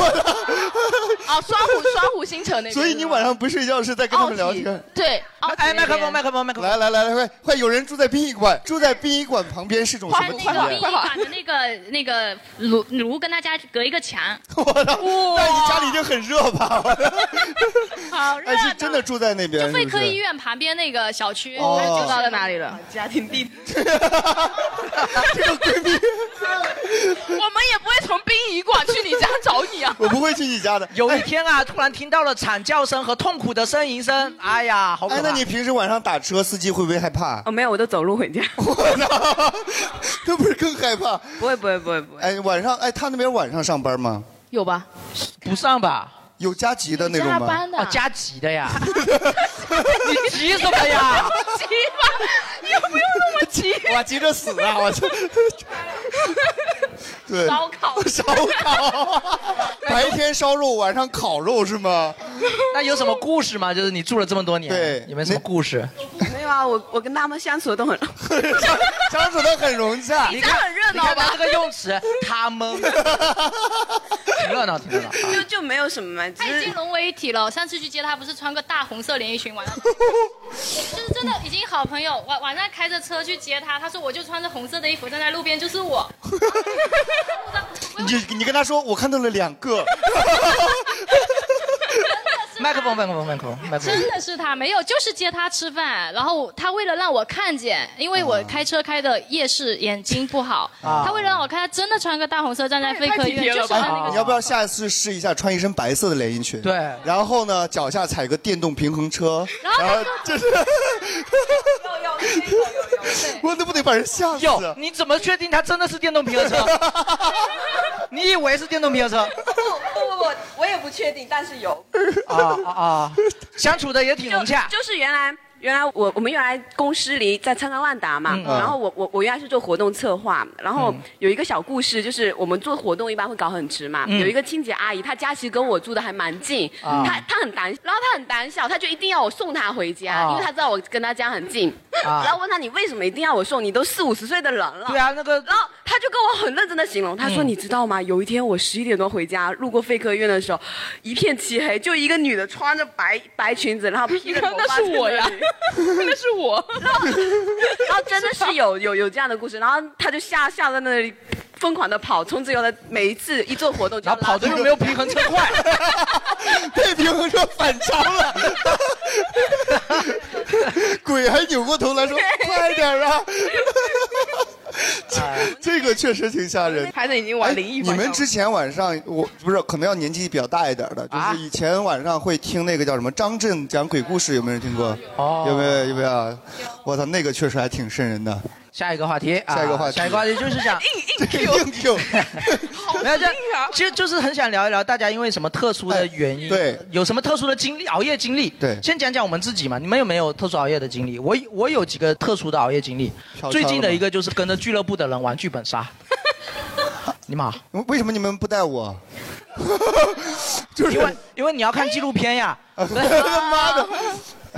啊，双虎双虎星城那
嗯
边。
所以你晚上不睡觉是在跟他们聊天。
对，哦
哎，麦克风，麦克风，麦克
风！来来来来，快快！有人住在殡仪馆，住在殡仪馆旁边是种什
换
么啊体
那个殡仪
验？
馆的那个那个炉炉跟他家隔一个墙，
我操！那你家里一定很热 吧？
好热
哎，是真的住在那边，
就
是
肺
不
科医
是？
院旁边那个小区，
哦那知道了
哪里了？
家庭地址。
我们也不会从殡仪馆去你家找你啊。
我不会去你家的。哎
有一天啊，突然听到了惨叫声和痛苦的呻吟声，哎呀，好可
哎，
怕！
那你平时晚上打车，司机会不会害怕？
哦，没有，我都走 路回家。
这不是更害怕？
不会不会不会不会。
哎，晚上哎，他那边晚上上班吗？
有吧？
不上吧？
有加急的那种吗？哎
加班的
哦，加急的 呀！你急什么 呀？
急吧，你又不用那么急。
我急着死啊！我操！ 对，
烧烤
烧烤，白天烧肉，晚上烤肉是吗？
那有什么故事吗？就是你住了这么多年，对，有没有什么故事？
没有啊，我我跟他们相处的都很，
相处的很融 洽。
你
家
看
很热
你
闹吧
看他这个用词，他们 挺热闹，挺热闹。
就就没有什么嘛，只
他已
是
经融为一体了。我上次去接他，不是穿个大红色连 衣裙，晚上就是真的已经好朋友。晚晚上开着车去接他，他说我就穿着红色的衣服站在路边，就是我。
你你跟他说，我看到了两个，
麦克风，麦克风，麦克风，麦克
真
风。
的是他，没有，就是接他吃饭，然后他为了让我看见，因为我开车开的夜视，眼睛不好，
啊
他为了让我看，他真的穿个大红色站 在肺科医院，就是他
哎
那
你
个
要不要下一次试一下穿一身白色的连衣裙？
对，
然后呢，脚下踩个电动平衡车，
然后他
然后就是，我那不得把人吓死？
哟，你怎么确定他 真的是电动皮克车？你以为是电动皮克车？
不不不不，我也不不确定，但是有。
啊啊啊！ 相处的也挺融洽。
就是原来原来我我们原来公司里在参观万达嘛，
嗯
然后我我我原来是做活动策划，然后有一个小故事，就是我们做活动一般会搞很直嘛，
嗯
有一个清洁阿姨，她家其实跟我住的还蛮近，
啊
她她很胆，然后她很胆小，她就一定要我送她回家，
啊
因为她知道我跟她家很近，
啊
然后问她你为什么一定要我送？你都四五十岁的人了。
对啊，那个，
然后她就跟我很认真的形容，她说
嗯
你知道吗？有一天我十一点多回家，路过肺科医院的时候，一片漆黑，就一个女的穿着白白裙子，然后披着 头发
那是我呀
在那里
那是我。
然后然后真的是有有有这样的故事，然后他就吓吓在那里疯狂的跑，从此以后他每一次一做活动就要跑
的又没有平衡车 快，
被平衡车反超了，鬼还扭过头来 说快点儿啊！
哎
这个确实挺吓人。哎
孩子已经玩灵异
你
方向了。
们之前晚上，我不是可能要年纪比较大一点的，
啊
就是以前晚上会听那个叫什么张震讲鬼故事，有没有人听过？
哦
有没有？有没有？我操，那个确实还挺瘆人的。
下一个话题，啊
下一个话题
下一个话题就是想
硬硬硬 Q，
没有这，
啊
其实就是很想聊一聊大家因为什么特殊的原因，对，有什么特殊的经历，熬夜经历，
对
先讲讲我们自己嘛，你们有没有特殊熬夜的经历？我我有几个特殊的熬夜经历
嫖娼，
最近
了
的
吗
一个就是跟着俱乐部的人玩剧本 杀，你们好，
为什么你们不带我？ 就是
因为因为你要看纪录片 呀，
妈的，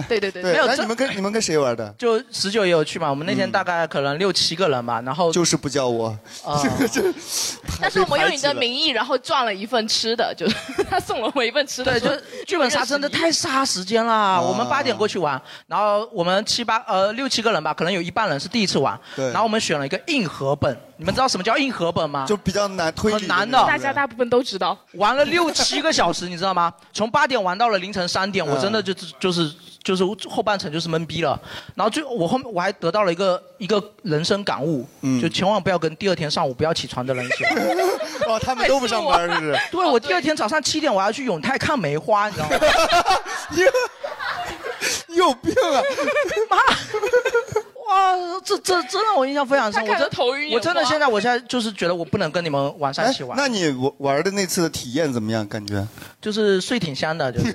对对对
对，
没有
那
这
你们跟你们跟谁玩的？ 嗯
就十九也有去嘛，我们那天大概可能六七个人吧，然后
就是不叫我，
啊，
但是我们用你的 名
义。
义，然后赚了一份吃的，就是 他送了我一份吃的。
对，就
说
剧本杀真的太杀时间
啊
了。我们八点过去玩，然后我们七八呃六七个人吧，可能有一半人是第一次玩。
对
然后我们选了一个硬核本，你们知道什么叫硬核本吗？
就比较难推理的
很
那
难
种
的。
大家
大部分都知 道。
玩了六七个小时，你知道吗？从八点玩到了凌晨三点，我
嗯
真的就就是。就是后半程就是懵逼了，然后最我后面我还得到了一个一个人生感悟，
嗯
就千万不要跟第二天上午不要起床的人一起玩。
哦， 他们都不上班 是不是？
对，我第二天早上七点我要去永泰看梅花，你 知道吗？
你有 病啊！
妈，哇，这这这让我印象非常深，我
看得
真
头晕眼花
我真的现在我现在就是觉得我不能跟你们晚上一起玩，
哎那你玩玩的那次的体验怎么样？感觉？
就是睡挺香的，就是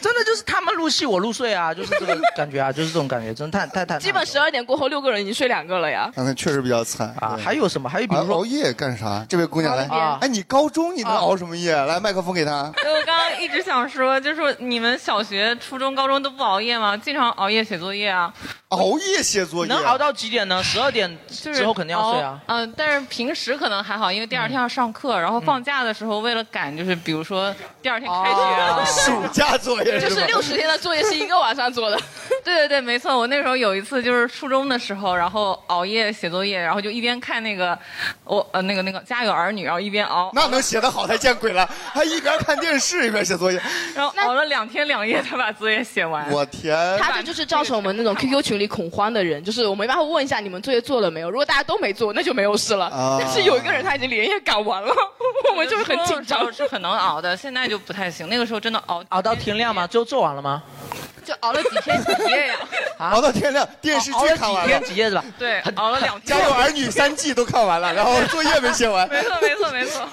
真的就是他们入戏我入睡啊，就是这个感觉啊，就是这种感觉，真的太太太。
基本十二点过后，六个人已经睡两个了呀。
啊，那确实比较惨啊。
还有什么？还有比如说
熬夜干啥？这位姑娘来
熬夜啊，
哎，你高中你能熬什么夜？
啊
来，麦克风 给她。啊
因为呃我刚刚一直想说，就是你们小学、初中、高中都不熬夜吗？经常熬夜写作业啊，
熬夜写作业，
能熬到几点呢？十二点
就是
之后肯定要睡啊。
熬。嗯、但是平时可能还好，因为第二天要上课，然后
嗯
放假的时候为了赶，就是比如说第二天开学
哦
啊，
暑假作业
哦就是
吧
六十天的作业是一个晚上做的。
对对对，没错。我那时候有一次就是初中的时候，然后熬夜写作业，然后就一边看那个我呃那个那个《家有儿女》，然后一边熬，
那能写得好才见鬼了，还一边看电视一边写作业，
然后熬了两天两夜才把作业写完。
我
呃
天！
他这就是造成我们那种 QQ 群里恐慌的人，就是我们一般会问一下你们作业做了没有，如果大家都没做，那就没有事了。
啊
哦
但 是有一个人他已经连夜赶完了， 我们就会很紧张，
是很能熬的，现在就不太行。那个时候真的熬
熬到天亮吗？最后做完了吗？啊
就熬了几天几夜呀、
熬到天亮，电视
哦熬
剧
了
看
几
完
天
了。
几夜是吧？
对，熬了两
家有儿女三季都看完了，然后作业没写 完。
没错，没错，没错。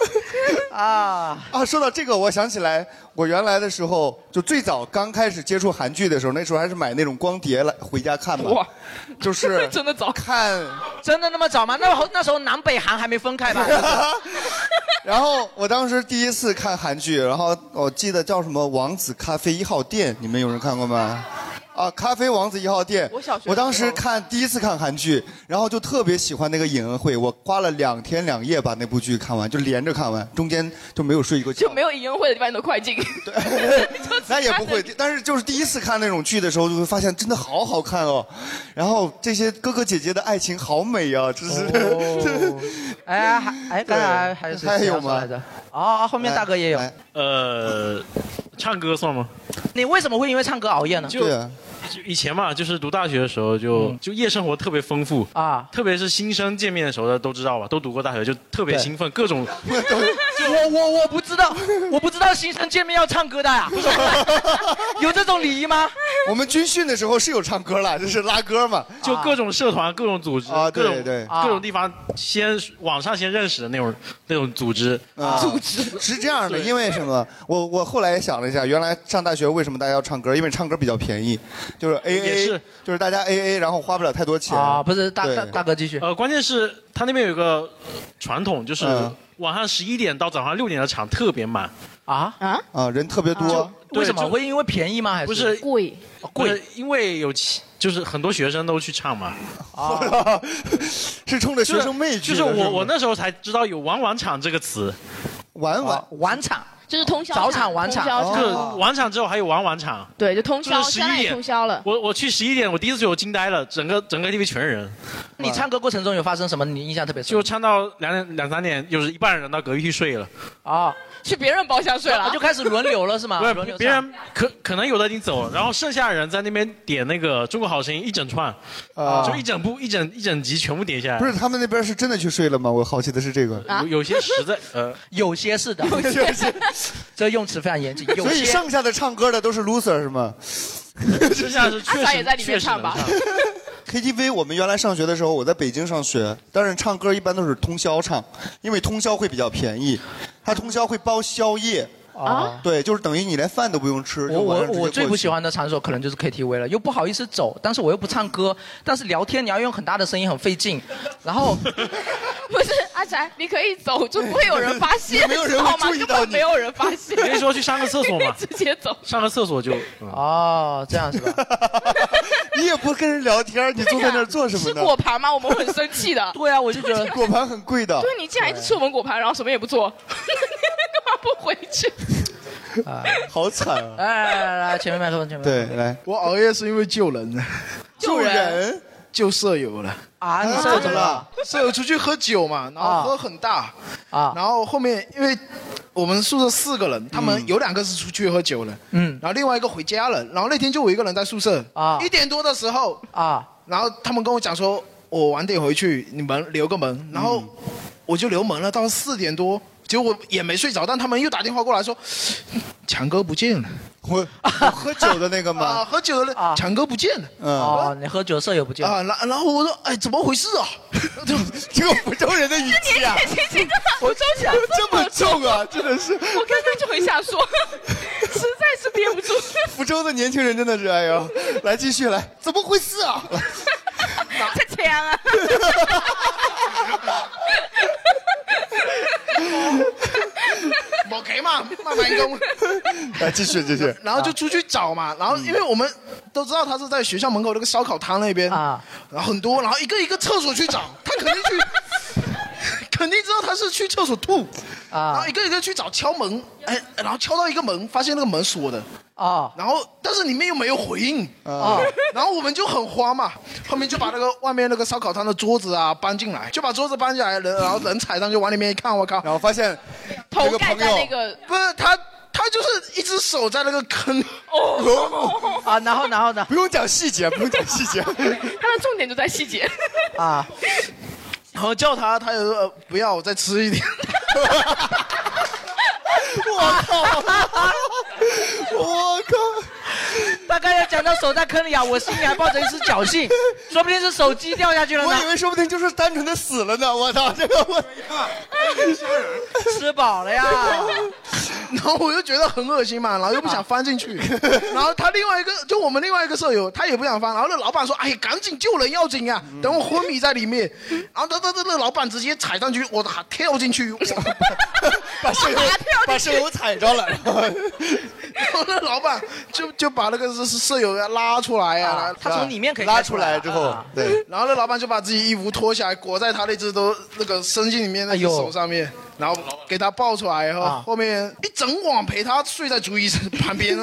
啊
啊！说到这个，我想起来，我原来的时候，就最早刚开始接触韩剧的时候，那时候还是买那种光碟来回家看嘛。哇，就是
真的早
看，
真的那么早吗？那好那时候南北韩还没分开吧？
然后我当时第一次看韩剧，然后我记得叫什么《王子咖啡一号店》，你们有人看过吗？啊，《咖啡王子一号店》。
我小学的时候
我当时看第一次看韩剧，然后就特别喜欢那个尹恩惠，我花了两天两夜把那部剧看完，就连着看完，中间就没有睡过觉
就。没有淫秽的地方你都快进。
那也不会，但是就是第一次看那种剧的时候，就会发现真的好好看哦。然后这些哥哥姐姐的爱情好美啊，真是。
哦
哎呀还哎，刚才还是
还有
谁要说
吗
来着？哦，后面大哥也有。
哎呃，唱歌算吗？
哎
你为什么会因为唱歌熬夜呢？
就就以前嘛，就是读大学的时候就，就、夜生活特别丰富
嗯啊，啊
特别是新生见面的时候，大家都知道吧，都读过大学，就特别
对
兴奋，各种
我我我不知道，我不知道新生见面要唱歌的 呀、有这种礼仪吗？
我们军训的时候是有唱歌了，就是拉歌嘛，
就各种社团、各种组织、
啊
各
对
种
对
各种地方先网上先认识的那种那种组织
啊，是这样的，因为什么？我我后来也想了一下，原来上大学为什么大家要唱歌？因为唱歌比较便宜，就是 A
也
A，
是
就是大家 A A，然后花不了太多钱
啊不
是
大大
大哥继续。
呃，关键是他那边有个传统，就是
嗯
晚上十一点到早上六点的场特别满
啊
啊
啊，人特别多。
对
为什么？
就
会因为便宜吗？还
不
是
是呃
贵
贵，因为有其就是很多学生都去唱嘛，
哦
啊，是冲着学生妹去
就
的
是
是吗
我我那时候才知道有晚晚场这个词，
晚晚
晚场
就是通宵
早场晚场哦
通
哦
宵
就是
场
晚场之后还有晚晚场，
对，就通宵，
就是
相当
11
于
点
通宵了。
我我去十一点，我第一次去我惊呆了，整个整个 KTV 全是人，
你唱歌过程中有发生什么你印象特别深？
就唱到两点两三点，就是一半人到隔壁去睡了。
啊，
去别人包厢睡了，
就开始轮流了是 吗？
不是
轮流
别人可可能有的已经走了，然后剩下人在那边点那个《中国好声音》一整串，
啊
就一整部一整一整集全部点下来。
不是他们那边是真的去睡了吗？我好奇的是这个。
有有些实在呃，
有些是的，
有 些是，
这用词非常严谨。有
所以
些
剩下的唱歌的都是 loser 是吗？
剩下是确
阿 Sa
实
也在里面唱吧？
KTV，我们原来上学的时候，我在北京上学，但是唱歌一般都是通宵唱，因为通宵会比较便宜，他通宵会包宵夜。
啊，
对，就是等于你连饭都不用吃。
我我我最不喜
欢。
欢的场所可能就是 KTV 了，又不好意思走，但是我又不唱歌，但是聊天你要用很大的声音，很费劲。然后
不是阿宅，你可以走，就不会有人发现，
没有人 会
知道吗？
注意
根
到
本
你
没有人发现。
你可以说去上个厕所 嘛
直接走。
上个厕所就嗯
哦，这样是吧？
你也不跟人聊天，你坐在那儿做什么
啊是
呢？
果盘吗？我们会很生气的。
对啊，我就
觉得 果盘很贵的。
对你竟然一直吃我们果盘，然后什么也不 做，干嘛不回去？
啊，
好惨啊！
哎，来来来，前面麦克风，前面
对，来，
我熬夜是因为救人，
救人，
救舍友了
啊
你舍友怎么了？舍友出去喝酒嘛，然后喝很 大
啊，
然后后面因为我们宿舍四个人，他们有两个是出去喝酒了，
嗯，
然后另外一个回家了，然后那天就我一个人在宿舍
啊
一点多的时候
啊，
然后他们跟我讲说，我晚点回去，你们留个门，然后我就留门了，到四点多。结果我也没睡着，但他们又打电话过来说，强哥不见了。
我喝酒的那个
吗？啊，喝酒的那强哥不见了。
哦，你喝酒舍友不见
啊，然然后我说，哎，怎么回事啊？
这个福州人的语气啊，
我周想
这么重啊，真的是。
我刚刚就很 想说，实在是憋不住。
福州的年轻人真的是，哎呦， 来继续来，怎么回事 啊？
太强 啊！
冇给嘛，慢慢用。
来继续继续。啊
然后就出去找嘛，然后因为我们都知道他是在学校门口那个烧烤摊那边啊，然后很多，然后一个一个厕所去找，他肯定去， 肯定知道他是去厕所吐
啊，
然后一个一个去找敲门，哎，然后敲到一个门，发现那个门锁的。
哦
啊，
然后但是里面又没有回应
啊
啊，然后我们就很慌嘛，后面就把那个外面那个烧烤摊的桌子啊搬进来，就把桌子搬进来，人然后人踩上去往里面一看，我靠，然
后发现
头盖在那个
不是他。他就是一只手在那个坑
哦啊，然后然后呢？
不用讲细节，不用讲细节。
他的重点就在细节。
啊，
然后叫他，他也说、呃不要，我再 吃一点。
我靠！ 我靠！
大概要讲到手在坑里啊，我心里还抱着一丝侥幸，说不定是手机掉下去了呢。
我以为说不定就是单纯的死了呢，我操，这个我。
吃饱了呀。
然后我就觉得很恶心嘛，然后又不想翻进 去。然后他另外一个，就我们另外一个舍友，他也不想翻。然后那老板说：“哎呀，赶紧救人要紧啊，
嗯
等我昏迷在里面。”然后他他他那老板直接踩上去，我还跳进去，我
把舍友把舍友踩着了。
然后那老板就就把那个舍舍友拉出来啊，
他从里面可以拉出来之后啊对。
然后那老板就把自己衣服脱下来，裹在他那只都那个伸进里面那
哎
只
呦
手上面，然后给他抱出来以后，
啊
后面一整晚陪他睡在竹椅子旁边。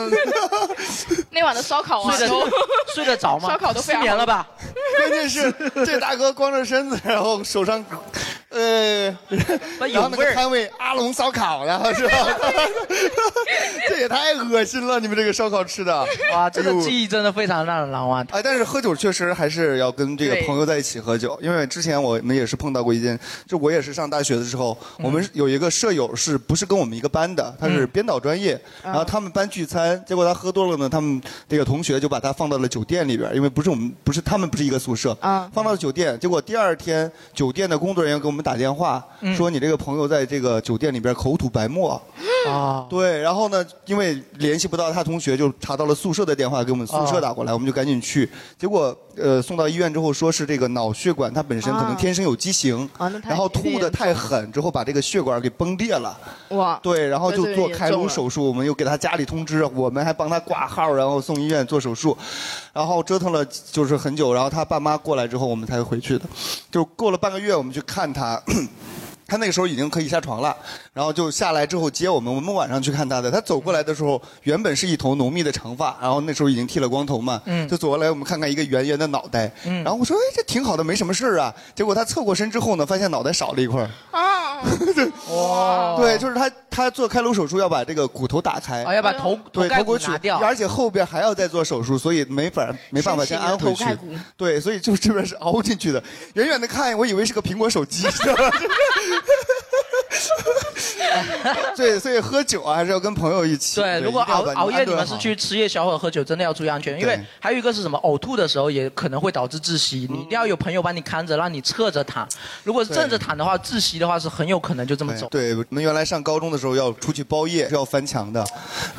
那晚的烧烤啊，
睡得
都
睡得 着吗？
烧烤都非常
失眠了吧？
关键是这大哥光着身子，然后手上呃，然后那个摊位阿龙烧烤然后是吧？ 这也太恶心了，你们这个烧烤吃哦的，
哇，这个记忆真的非常让人难忘。
哎，但是喝酒确实还是要跟这个
对
朋友在一起喝酒，因为之前我们也是碰到过一件，就我也是上大学的时候，
嗯
我们有一个舍友是不是跟我们一个班的？他是编导专业，
啊
然后他们班聚餐，结果他喝多了呢，他们那个同学就把他放到了酒店里边，因为不是我们不是他们不是一个宿舍，
啊
放到了酒店，结果第二天酒店的工作人员给我们打电话
嗯
说你这个朋友在这个酒店里边口吐白沫。
啊，
对，然后呢，因为联系不到他同学，就查到了宿舍的电话，给我们宿舍打过来，我们就赶紧去。结果呃，送到医院之后，说是这个脑血管它本身可能
啊
天生有畸形，然后吐的太狠，之后把这个血管给崩裂了。
哇，
对，然后
那
就
这个
做
严
开
重
颅
了
手术，我们又给他家里通知，我们还帮他挂号，然后送医院做手术，然后折腾了就是很久，然后他爸妈过来之后，我们才回去的，就过了半个月，我们去看他。 他那个时候已经可以下床了，然后就下来之后接我们，我们晚上去看他的。他走过来的时候，原本是一头浓密的长发，然后那时候已经剃了光头嘛，
嗯
就走过来我们看看一个圆圆的脑袋，
嗯
然后我说哎这挺好的，没什么事儿啊。结果他侧过身之后呢，发现脑袋少了一块儿，
哇，
对，就是他他做开颅手术要把这个骨头打开，
哦哦要把头
对
头盖
头
骨
骨取
拿掉
而且后边还要再做手术，所以没法没办法先安回去
先取你的头盖骨。
对，所以就这边是凹进去的，远远的看我以为是个苹果手机。 知道吗对，所以喝酒啊，还是要跟朋友一起。
对，如果
一定要
熬
把
熬夜
安顿
你们
好
是去吃夜宵或者喝酒，真的要注意安全，因为
对
还有一个是什么，呕吐的时候也可能会导致窒息，你一定要有朋友帮你看着，让你侧着躺。如果是
对
正着躺的话，窒息的话是很有可能就这么走。
对，我们原来上高中的时候要出去包夜，是要翻墙的，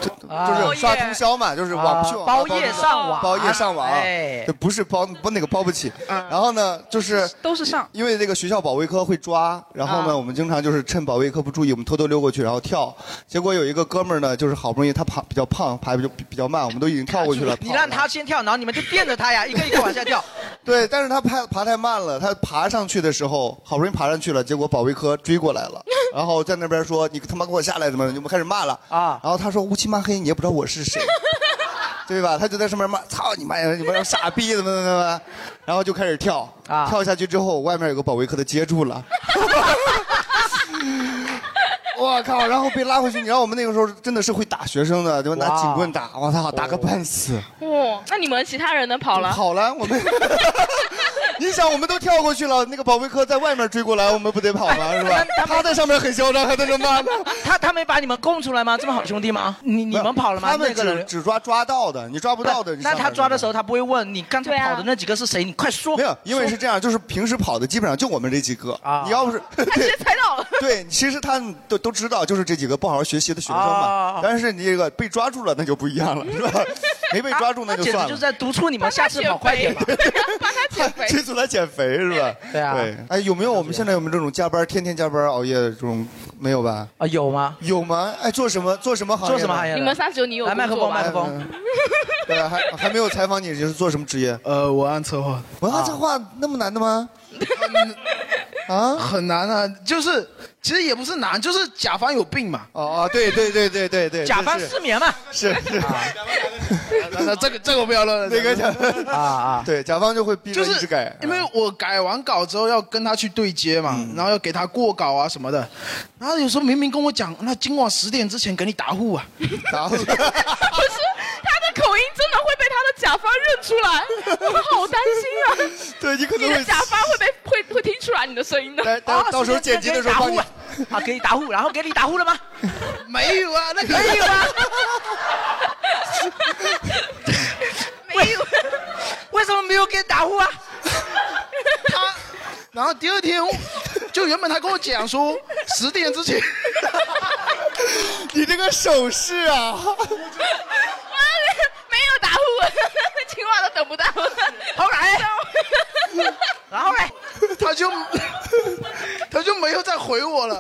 就
啊
就是刷通宵嘛，就是网
啊
去网吧
包夜上网
包夜上网，
哎
就不是包不那个包不起。然后呢，就是
都是上，
因为这个学校保卫科会抓，然后呢，
啊
我们经常就是趁保卫科不注意，我们偷偷溜过去，然后跳。结果有一个哥们儿呢，就是好不容易他爬比较胖，爬比较比较慢，我们都已经跳过去了。
你让他先跳，然后你们就垫着他呀，一个一个往下 跳。
对，但是他爬爬太慢了，他爬上去的时候，好不容易爬上去了，结果保卫科追过来了，然后在那边说：“你他妈给我下来！”怎么的你们开始骂了啊？然后他说：“乌漆嘛黑，你也不知道我是谁，对吧？”他就在上面骂：“操你妈呀！你们傻逼怎么怎么怎么？”然后就开始跳，跳下去之后，外面有个保卫科的接住了。我靠！然后被拉回去，你知道我们那个时候真的是会打学生的，对吧？拿
哇
警棍打，我操，打个半死。
哇， 那你们其他人呢？跑了？
哦跑了，我们。 你想，我们都跳过去了，那个保卫科在外面追过来，我们不得跑 吗？是吧？他在上面很嚣张，还在这骂呢。
他他没把你们供出来吗？这么好兄弟吗？你你们跑了吗？
他们
那个
只
人
只抓抓到的，你抓不到的。你
那
上
他
面
抓的时候，他不会问你刚才跑的那几个是谁？你快说。啊
没有，因为是这样，就是平时跑的基本上就我们这几个。你要不是
他直接猜到了。
对，其实他们都都知道，就是这几个不好好学习的学生嘛
啊。
但是你这个被抓住了，那就不一样了，是吧？没被抓住那就
啊简直
算
就是在
了。
督促你们下次跑快点吧。
催促他减肥是吧？对
啊
哎，有没有我们现在有没有这种加班天天加班熬夜的这种？没有吧？
啊，有吗？
有吗？哎，做什么做什么行 业？
做什么行业的
你们三十九，你有
来麦克
工作
风，
吧
麦克风。
嗯 对啊，还还没有采访你，你是做什么职业？
呃，文案策划。
文案策划那么难的 吗？
啊，很难啊，就是其实也不是难，就是甲方有病嘛。
哦哦，对对对对对对
甲方失眠嘛。
是是。
啊那这个这个不要乱
那个甲
啊啊，
对，甲方就会逼着
就
一直
是
改。
因为我改完稿之后要跟他去对接嘛，
嗯
然后要给他过稿啊什么的，然后有时候明明跟我讲，那今晚十点之前给你答复啊，
答复，
不是，他的口音真的会被他的甲方认出 来，我好担心啊！
对你可
你的甲方会被会会听出来你的声音的。哦
啊时候啊， 啊，给你打呼，然后给你打呼了吗？
没 有啊，那
可以吗？
没有，
为什么没有给你打呼啊？
他， 然后第二天就原本他跟我讲说十点之前，
你这个手势啊，
没有打呼， 今晚都等 不到。
后 来，然后嘞，
他就他就没有再回我了。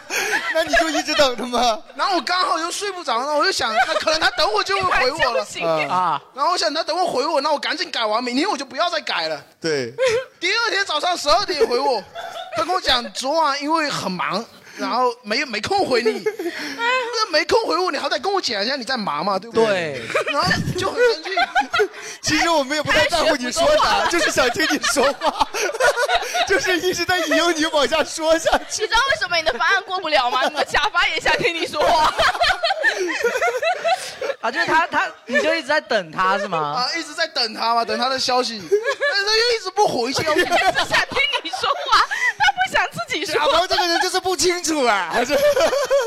那你就一直等着吗？
然后我刚好又睡不着，然后我就想，他可能他等我就会回
你晚上
我了嗯
就醒啊。
然后我想他等我回我，那我赶紧改完，明天我就不要再改了。
对，
第二天早上十二点回我，他跟我讲昨晚因为很忙，然后没没空回你。那没空回我，你好歹跟我讲一下你在忙嘛，对不对？对。然后就很 生气。
其实我们也不太在乎你说啥，就是想听你说话。 就是一直在引诱你往下说下去。
你知道为什么你的方案过不了 吗？你的假发也想听你说话。
啊，就是他他，你就一直在等 他是吗？
啊，一直在等他嘛，等他的消息，但是他又一直不回消息，
他只想听你说话，他不想自己说。
小鹏这个人就是不清楚啊，还是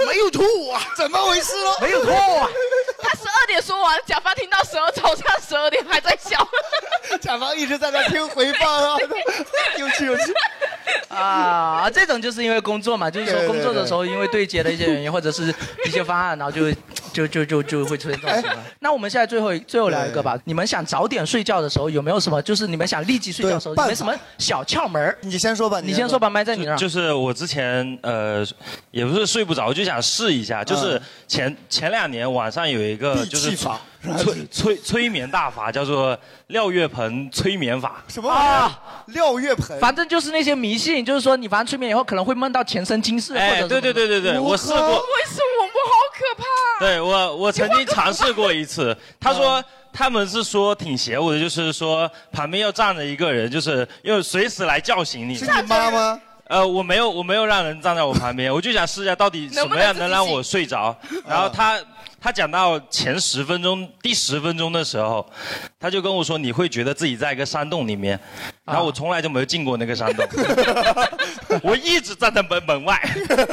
没有吐啊？
怎么回事喽？
没有吐啊？
他十二点说完，假发听到十二早上十二点还在笑。
甲方一直在那听回放 啊，有趣有趣。
啊，这种就是因为工作嘛，就是说
对对
工作的时候，因为对接的一些原因， 或者是一些方案，然后就就就就就会出现这种情况。那我们现在最后一最后聊一个吧，你们想早点睡觉的时候，有没有什么就是你们想立即睡觉的时候，有没有什么小窍门儿？
你先说吧，
你先说吧，麦在你那儿。
就是我之前呃，也不是睡不着，就想试一下。
嗯
就是前、前两年晚上有一个就是催催催眠大法，叫做廖月鹏催眠法。
什么玩意儿？廖月鹏，
啊反正就是那些迷信，就是说你反正催眠以后可能会梦到前生今世，
哎
或者
对对对对对我试过
为什么我好 可怕？
对我，我曾经尝试过一次。他
嗯
说他们是说挺邪乎的，就是说旁边要站着一个人，就是因为随时来叫醒你。
是你妈吗？
呃，我没有，我没有让人站在我旁边，我就想试一下到底什么样能让我睡着。 然后
嗯
他他讲到前十分钟，第十分钟的时候，他就跟我说你会觉得自己在一个山洞里面，
啊
然后我从来就没有进过那个山 洞，我一直站在门门外，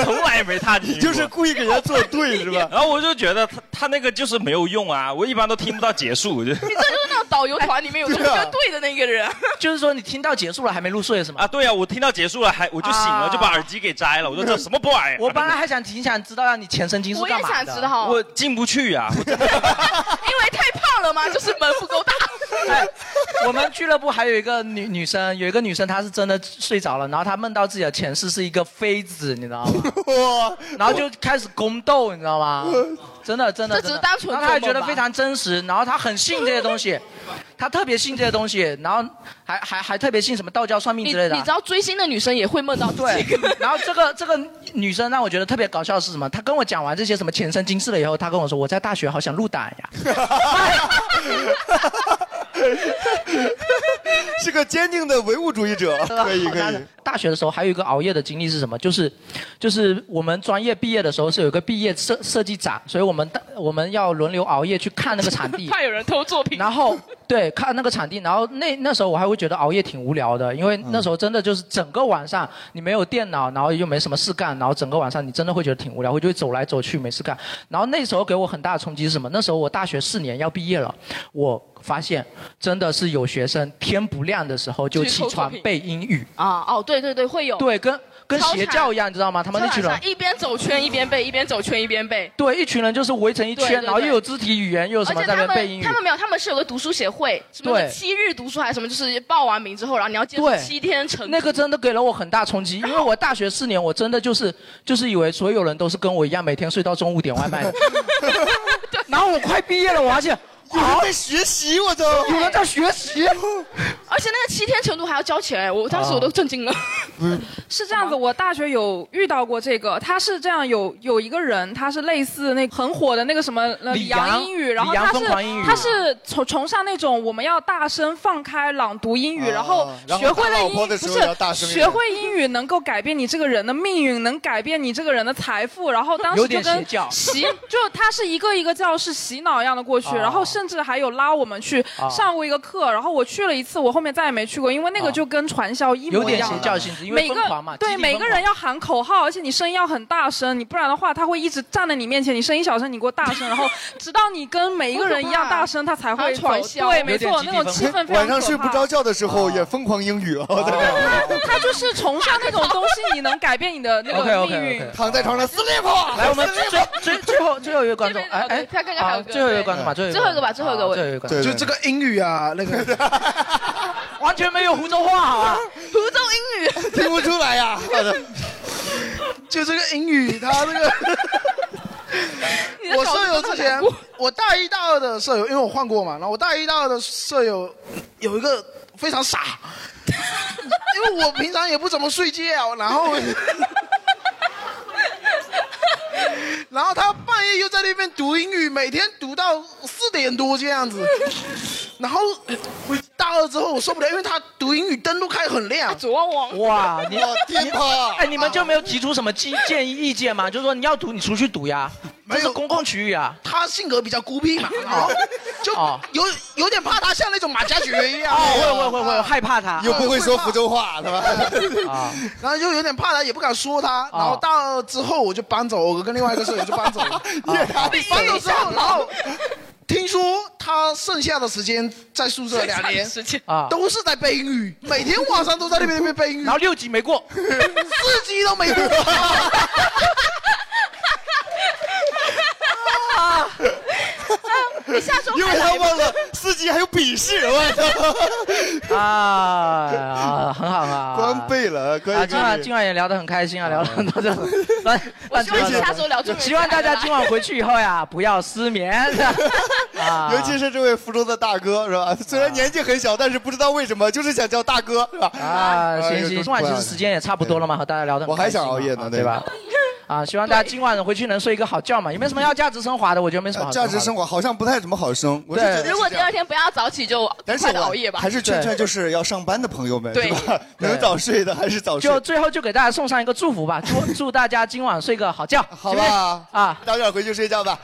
从来也没踏进去。就是
故意给人家做对是吧？
然后我就觉得他他那个就是没有用啊，我一般都听不到结束。我就
你这就是那种导游团里面有
哎
中
啊
间队的那个 人。啊
就是说你听到结束了还没入睡是吗？
啊，对呀、啊，我听到结束了还我就醒了，
啊
就把耳机给摘了。我说这什么破玩意儿？
哎我本来还想挺想知道让啊你前生今世干嘛的。
我也想知道
我进不去呀、
因为太胖了吗？就是门 不够大。
哎，我们俱乐部还有一个女女生，有一个女生她是真的睡着了，然后她梦到自己的前世是一个妃子，你知道吗？然后就开始宫斗，你知道吗？真的真的，
这
真
只是
的
单纯
然后她还
做梦
觉得
吧
非常真实，然后她很信这些东西，她特别信这些东西，然后还还还特别信什么道教算命
你
之类的。啊
你知道追星的女生也会梦到对，
然后这个这个女生让我觉得特别搞笑的是什么？她跟我讲完这些什么前生今世了以后，她跟我说我在大学好想入党呀。
哎
是个坚定的唯物主义者，可以可
好
以
的。大学的时候还有一个熬夜的经历是什么？就是，就是我们专业毕业的时候是有一个毕业设设计展，所以我们大我们要轮流熬夜去看那个场地。
怕有人偷作品。
然后对，看那个场地，然后那那时候我还会觉得哦熬夜挺无聊的，因为那时候真的就是整个晚上你没有电脑，然后又没什么事干，然后整个晚上你真的会觉得挺无聊，会就会走来走去没事干。然后那时候给我很大的冲击是什么？那时候我大学四年要毕业了，我发现真的是有学生天不亮的时候就
去
起
偷作
床
品
背英语。
啊，哦，对对对，会有。
对，跟跟
超
邪
惨
教一样，你知道吗？他们那群
晚
人
上，一边走圈一边背，一边走圈一边背。
对，一群人就是围成一
对
圈，
对
然后
对
又有肢体语言，又有什
而
么
且
在
他
那边背
们
英语
他。们没有，他们是有个读书协会，什么
对
七日读书还是什么，就是报完名之后，然后你要坚
对
持七天成。
那个真的给了我很大冲击，因为我大学四年，我真的就是就是以为所有人都是跟我一样，每天睡到中午点外卖的。 然后我快毕业了，我发现
有人
啊
在学习，我都
有人在学习。
而且那个七天程度还要交钱，哎我当时我都震惊了。
是这样子，我大学有遇到过这个，他是这样有有一个人，他是类似那个很火的那个什么呃
李
李
阳
阳英语，然后
李阳
他
疯狂英语
是他是崇崇尚那种我们要大声放开朗读英语，然后
然后
学会
打
了
老
英
婆
语
的
不
时候也要大
是
声一
学
点
会英语能够改变你这个人的命运，能改变你这个人的财富，然后当
有
时就
点
跟
邪教
洗就他是一个一个教室洗脑一样的过去，
哦
然后甚至还有拉我们去
哦
上过一个课，然后我去了一次，我后面再也没去过，因为那个就跟传销一模一样
啊有点
的。
邪教性质因为
每个
疯狂嘛集体
对，每个
疯狂
人要喊口号，而且你声音要很大声，你不然的话他会一直站在你面前，你声音小声，你给我大声， 然后直到你跟每一个人一样大声，他才
好
会
可
走
怕啊传。销
对，没错，那种气氛非常
晚上睡不着觉的时候也疯狂英语啊！
可 怕。他就是崇尚那种东西，你能改变你的那个
OK，OK，OK
命运。
躺在床上撕裂破。
来，我们最最最后最后一个观众，哎哎，
他刚刚还有
啊
一个
最后一个观众
嗯
吧，最后
最后一个吧，最后一个我
最后啊一个观众，
就这个英语啊，那个
完全没有湖州话好吧？
湖州英语。
听不出来呀。好的，
就这个英语，他那个。我舍友之前，我大一大二的舍友，因为我换过嘛，然后我大一大二的舍友有一个非常傻， 因为我平常也不怎么睡觉，然后 然后他半夜又在那边读英语，每天读到四点多这样子，然后大二之后我受不了，因为他读英语灯都开很亮，
左望望。
哇，你
哇天
你
哪
哎，你们就没有提出什么建建议意见吗？就是说你要赌，你出去赌呀，这是公共区域啊。
他性格比较孤僻嘛，然后就有有点怕他像那种马加爵一样。
哦会会会会害怕他
啊
又不会说福州话，是
对
吧？
啊，
然后就有点怕他，也不敢说他。然
哦
后大二之后我就搬走，我跟另外一个舍友就搬走 了。啊搬走之后，然后听说他剩下的时间在宿舍两年，
时间
啊
都是在背英语，每天晚上都在那边那边背英语，然后
六级没过，
四级都没 过。
啊！你下周
因为他忘了司机还有笔试，我
操！啊，很好啊，
关背了，关
啊，今晚今晚也聊得很开心啊，聊了 很多这种乱乱七八
希望
糟的
下周聊
东
中
西。
元
希望大家
节
今晚回去以后呀，不要失 眠。啊
尤其是这位福州的大哥是吧？虽然年纪很小，但是不知道为什么就是想叫大哥是吧？
啊，
哎
行
有这
行，
种
今晚其
惯
实时间也差不多了嘛，和大家聊的
哎我还想熬夜呢
啊对吧？啊，希望大家今晚回去能睡一个好觉嘛，也没什么要价值升华的，我觉得没什么好升华
价
的。
值升华好像不太怎么好升，我是
对
觉得
如果第二天不要早起，就
但是
快
我
点熬夜吧。
还是劝劝就是要上班的朋友们，
对
是 吧？能早睡的还是早睡。
就最后就给大家送上一个祝福吧，祝祝大家今晚睡个好觉，好
吧
啊，
早点回去睡觉吧。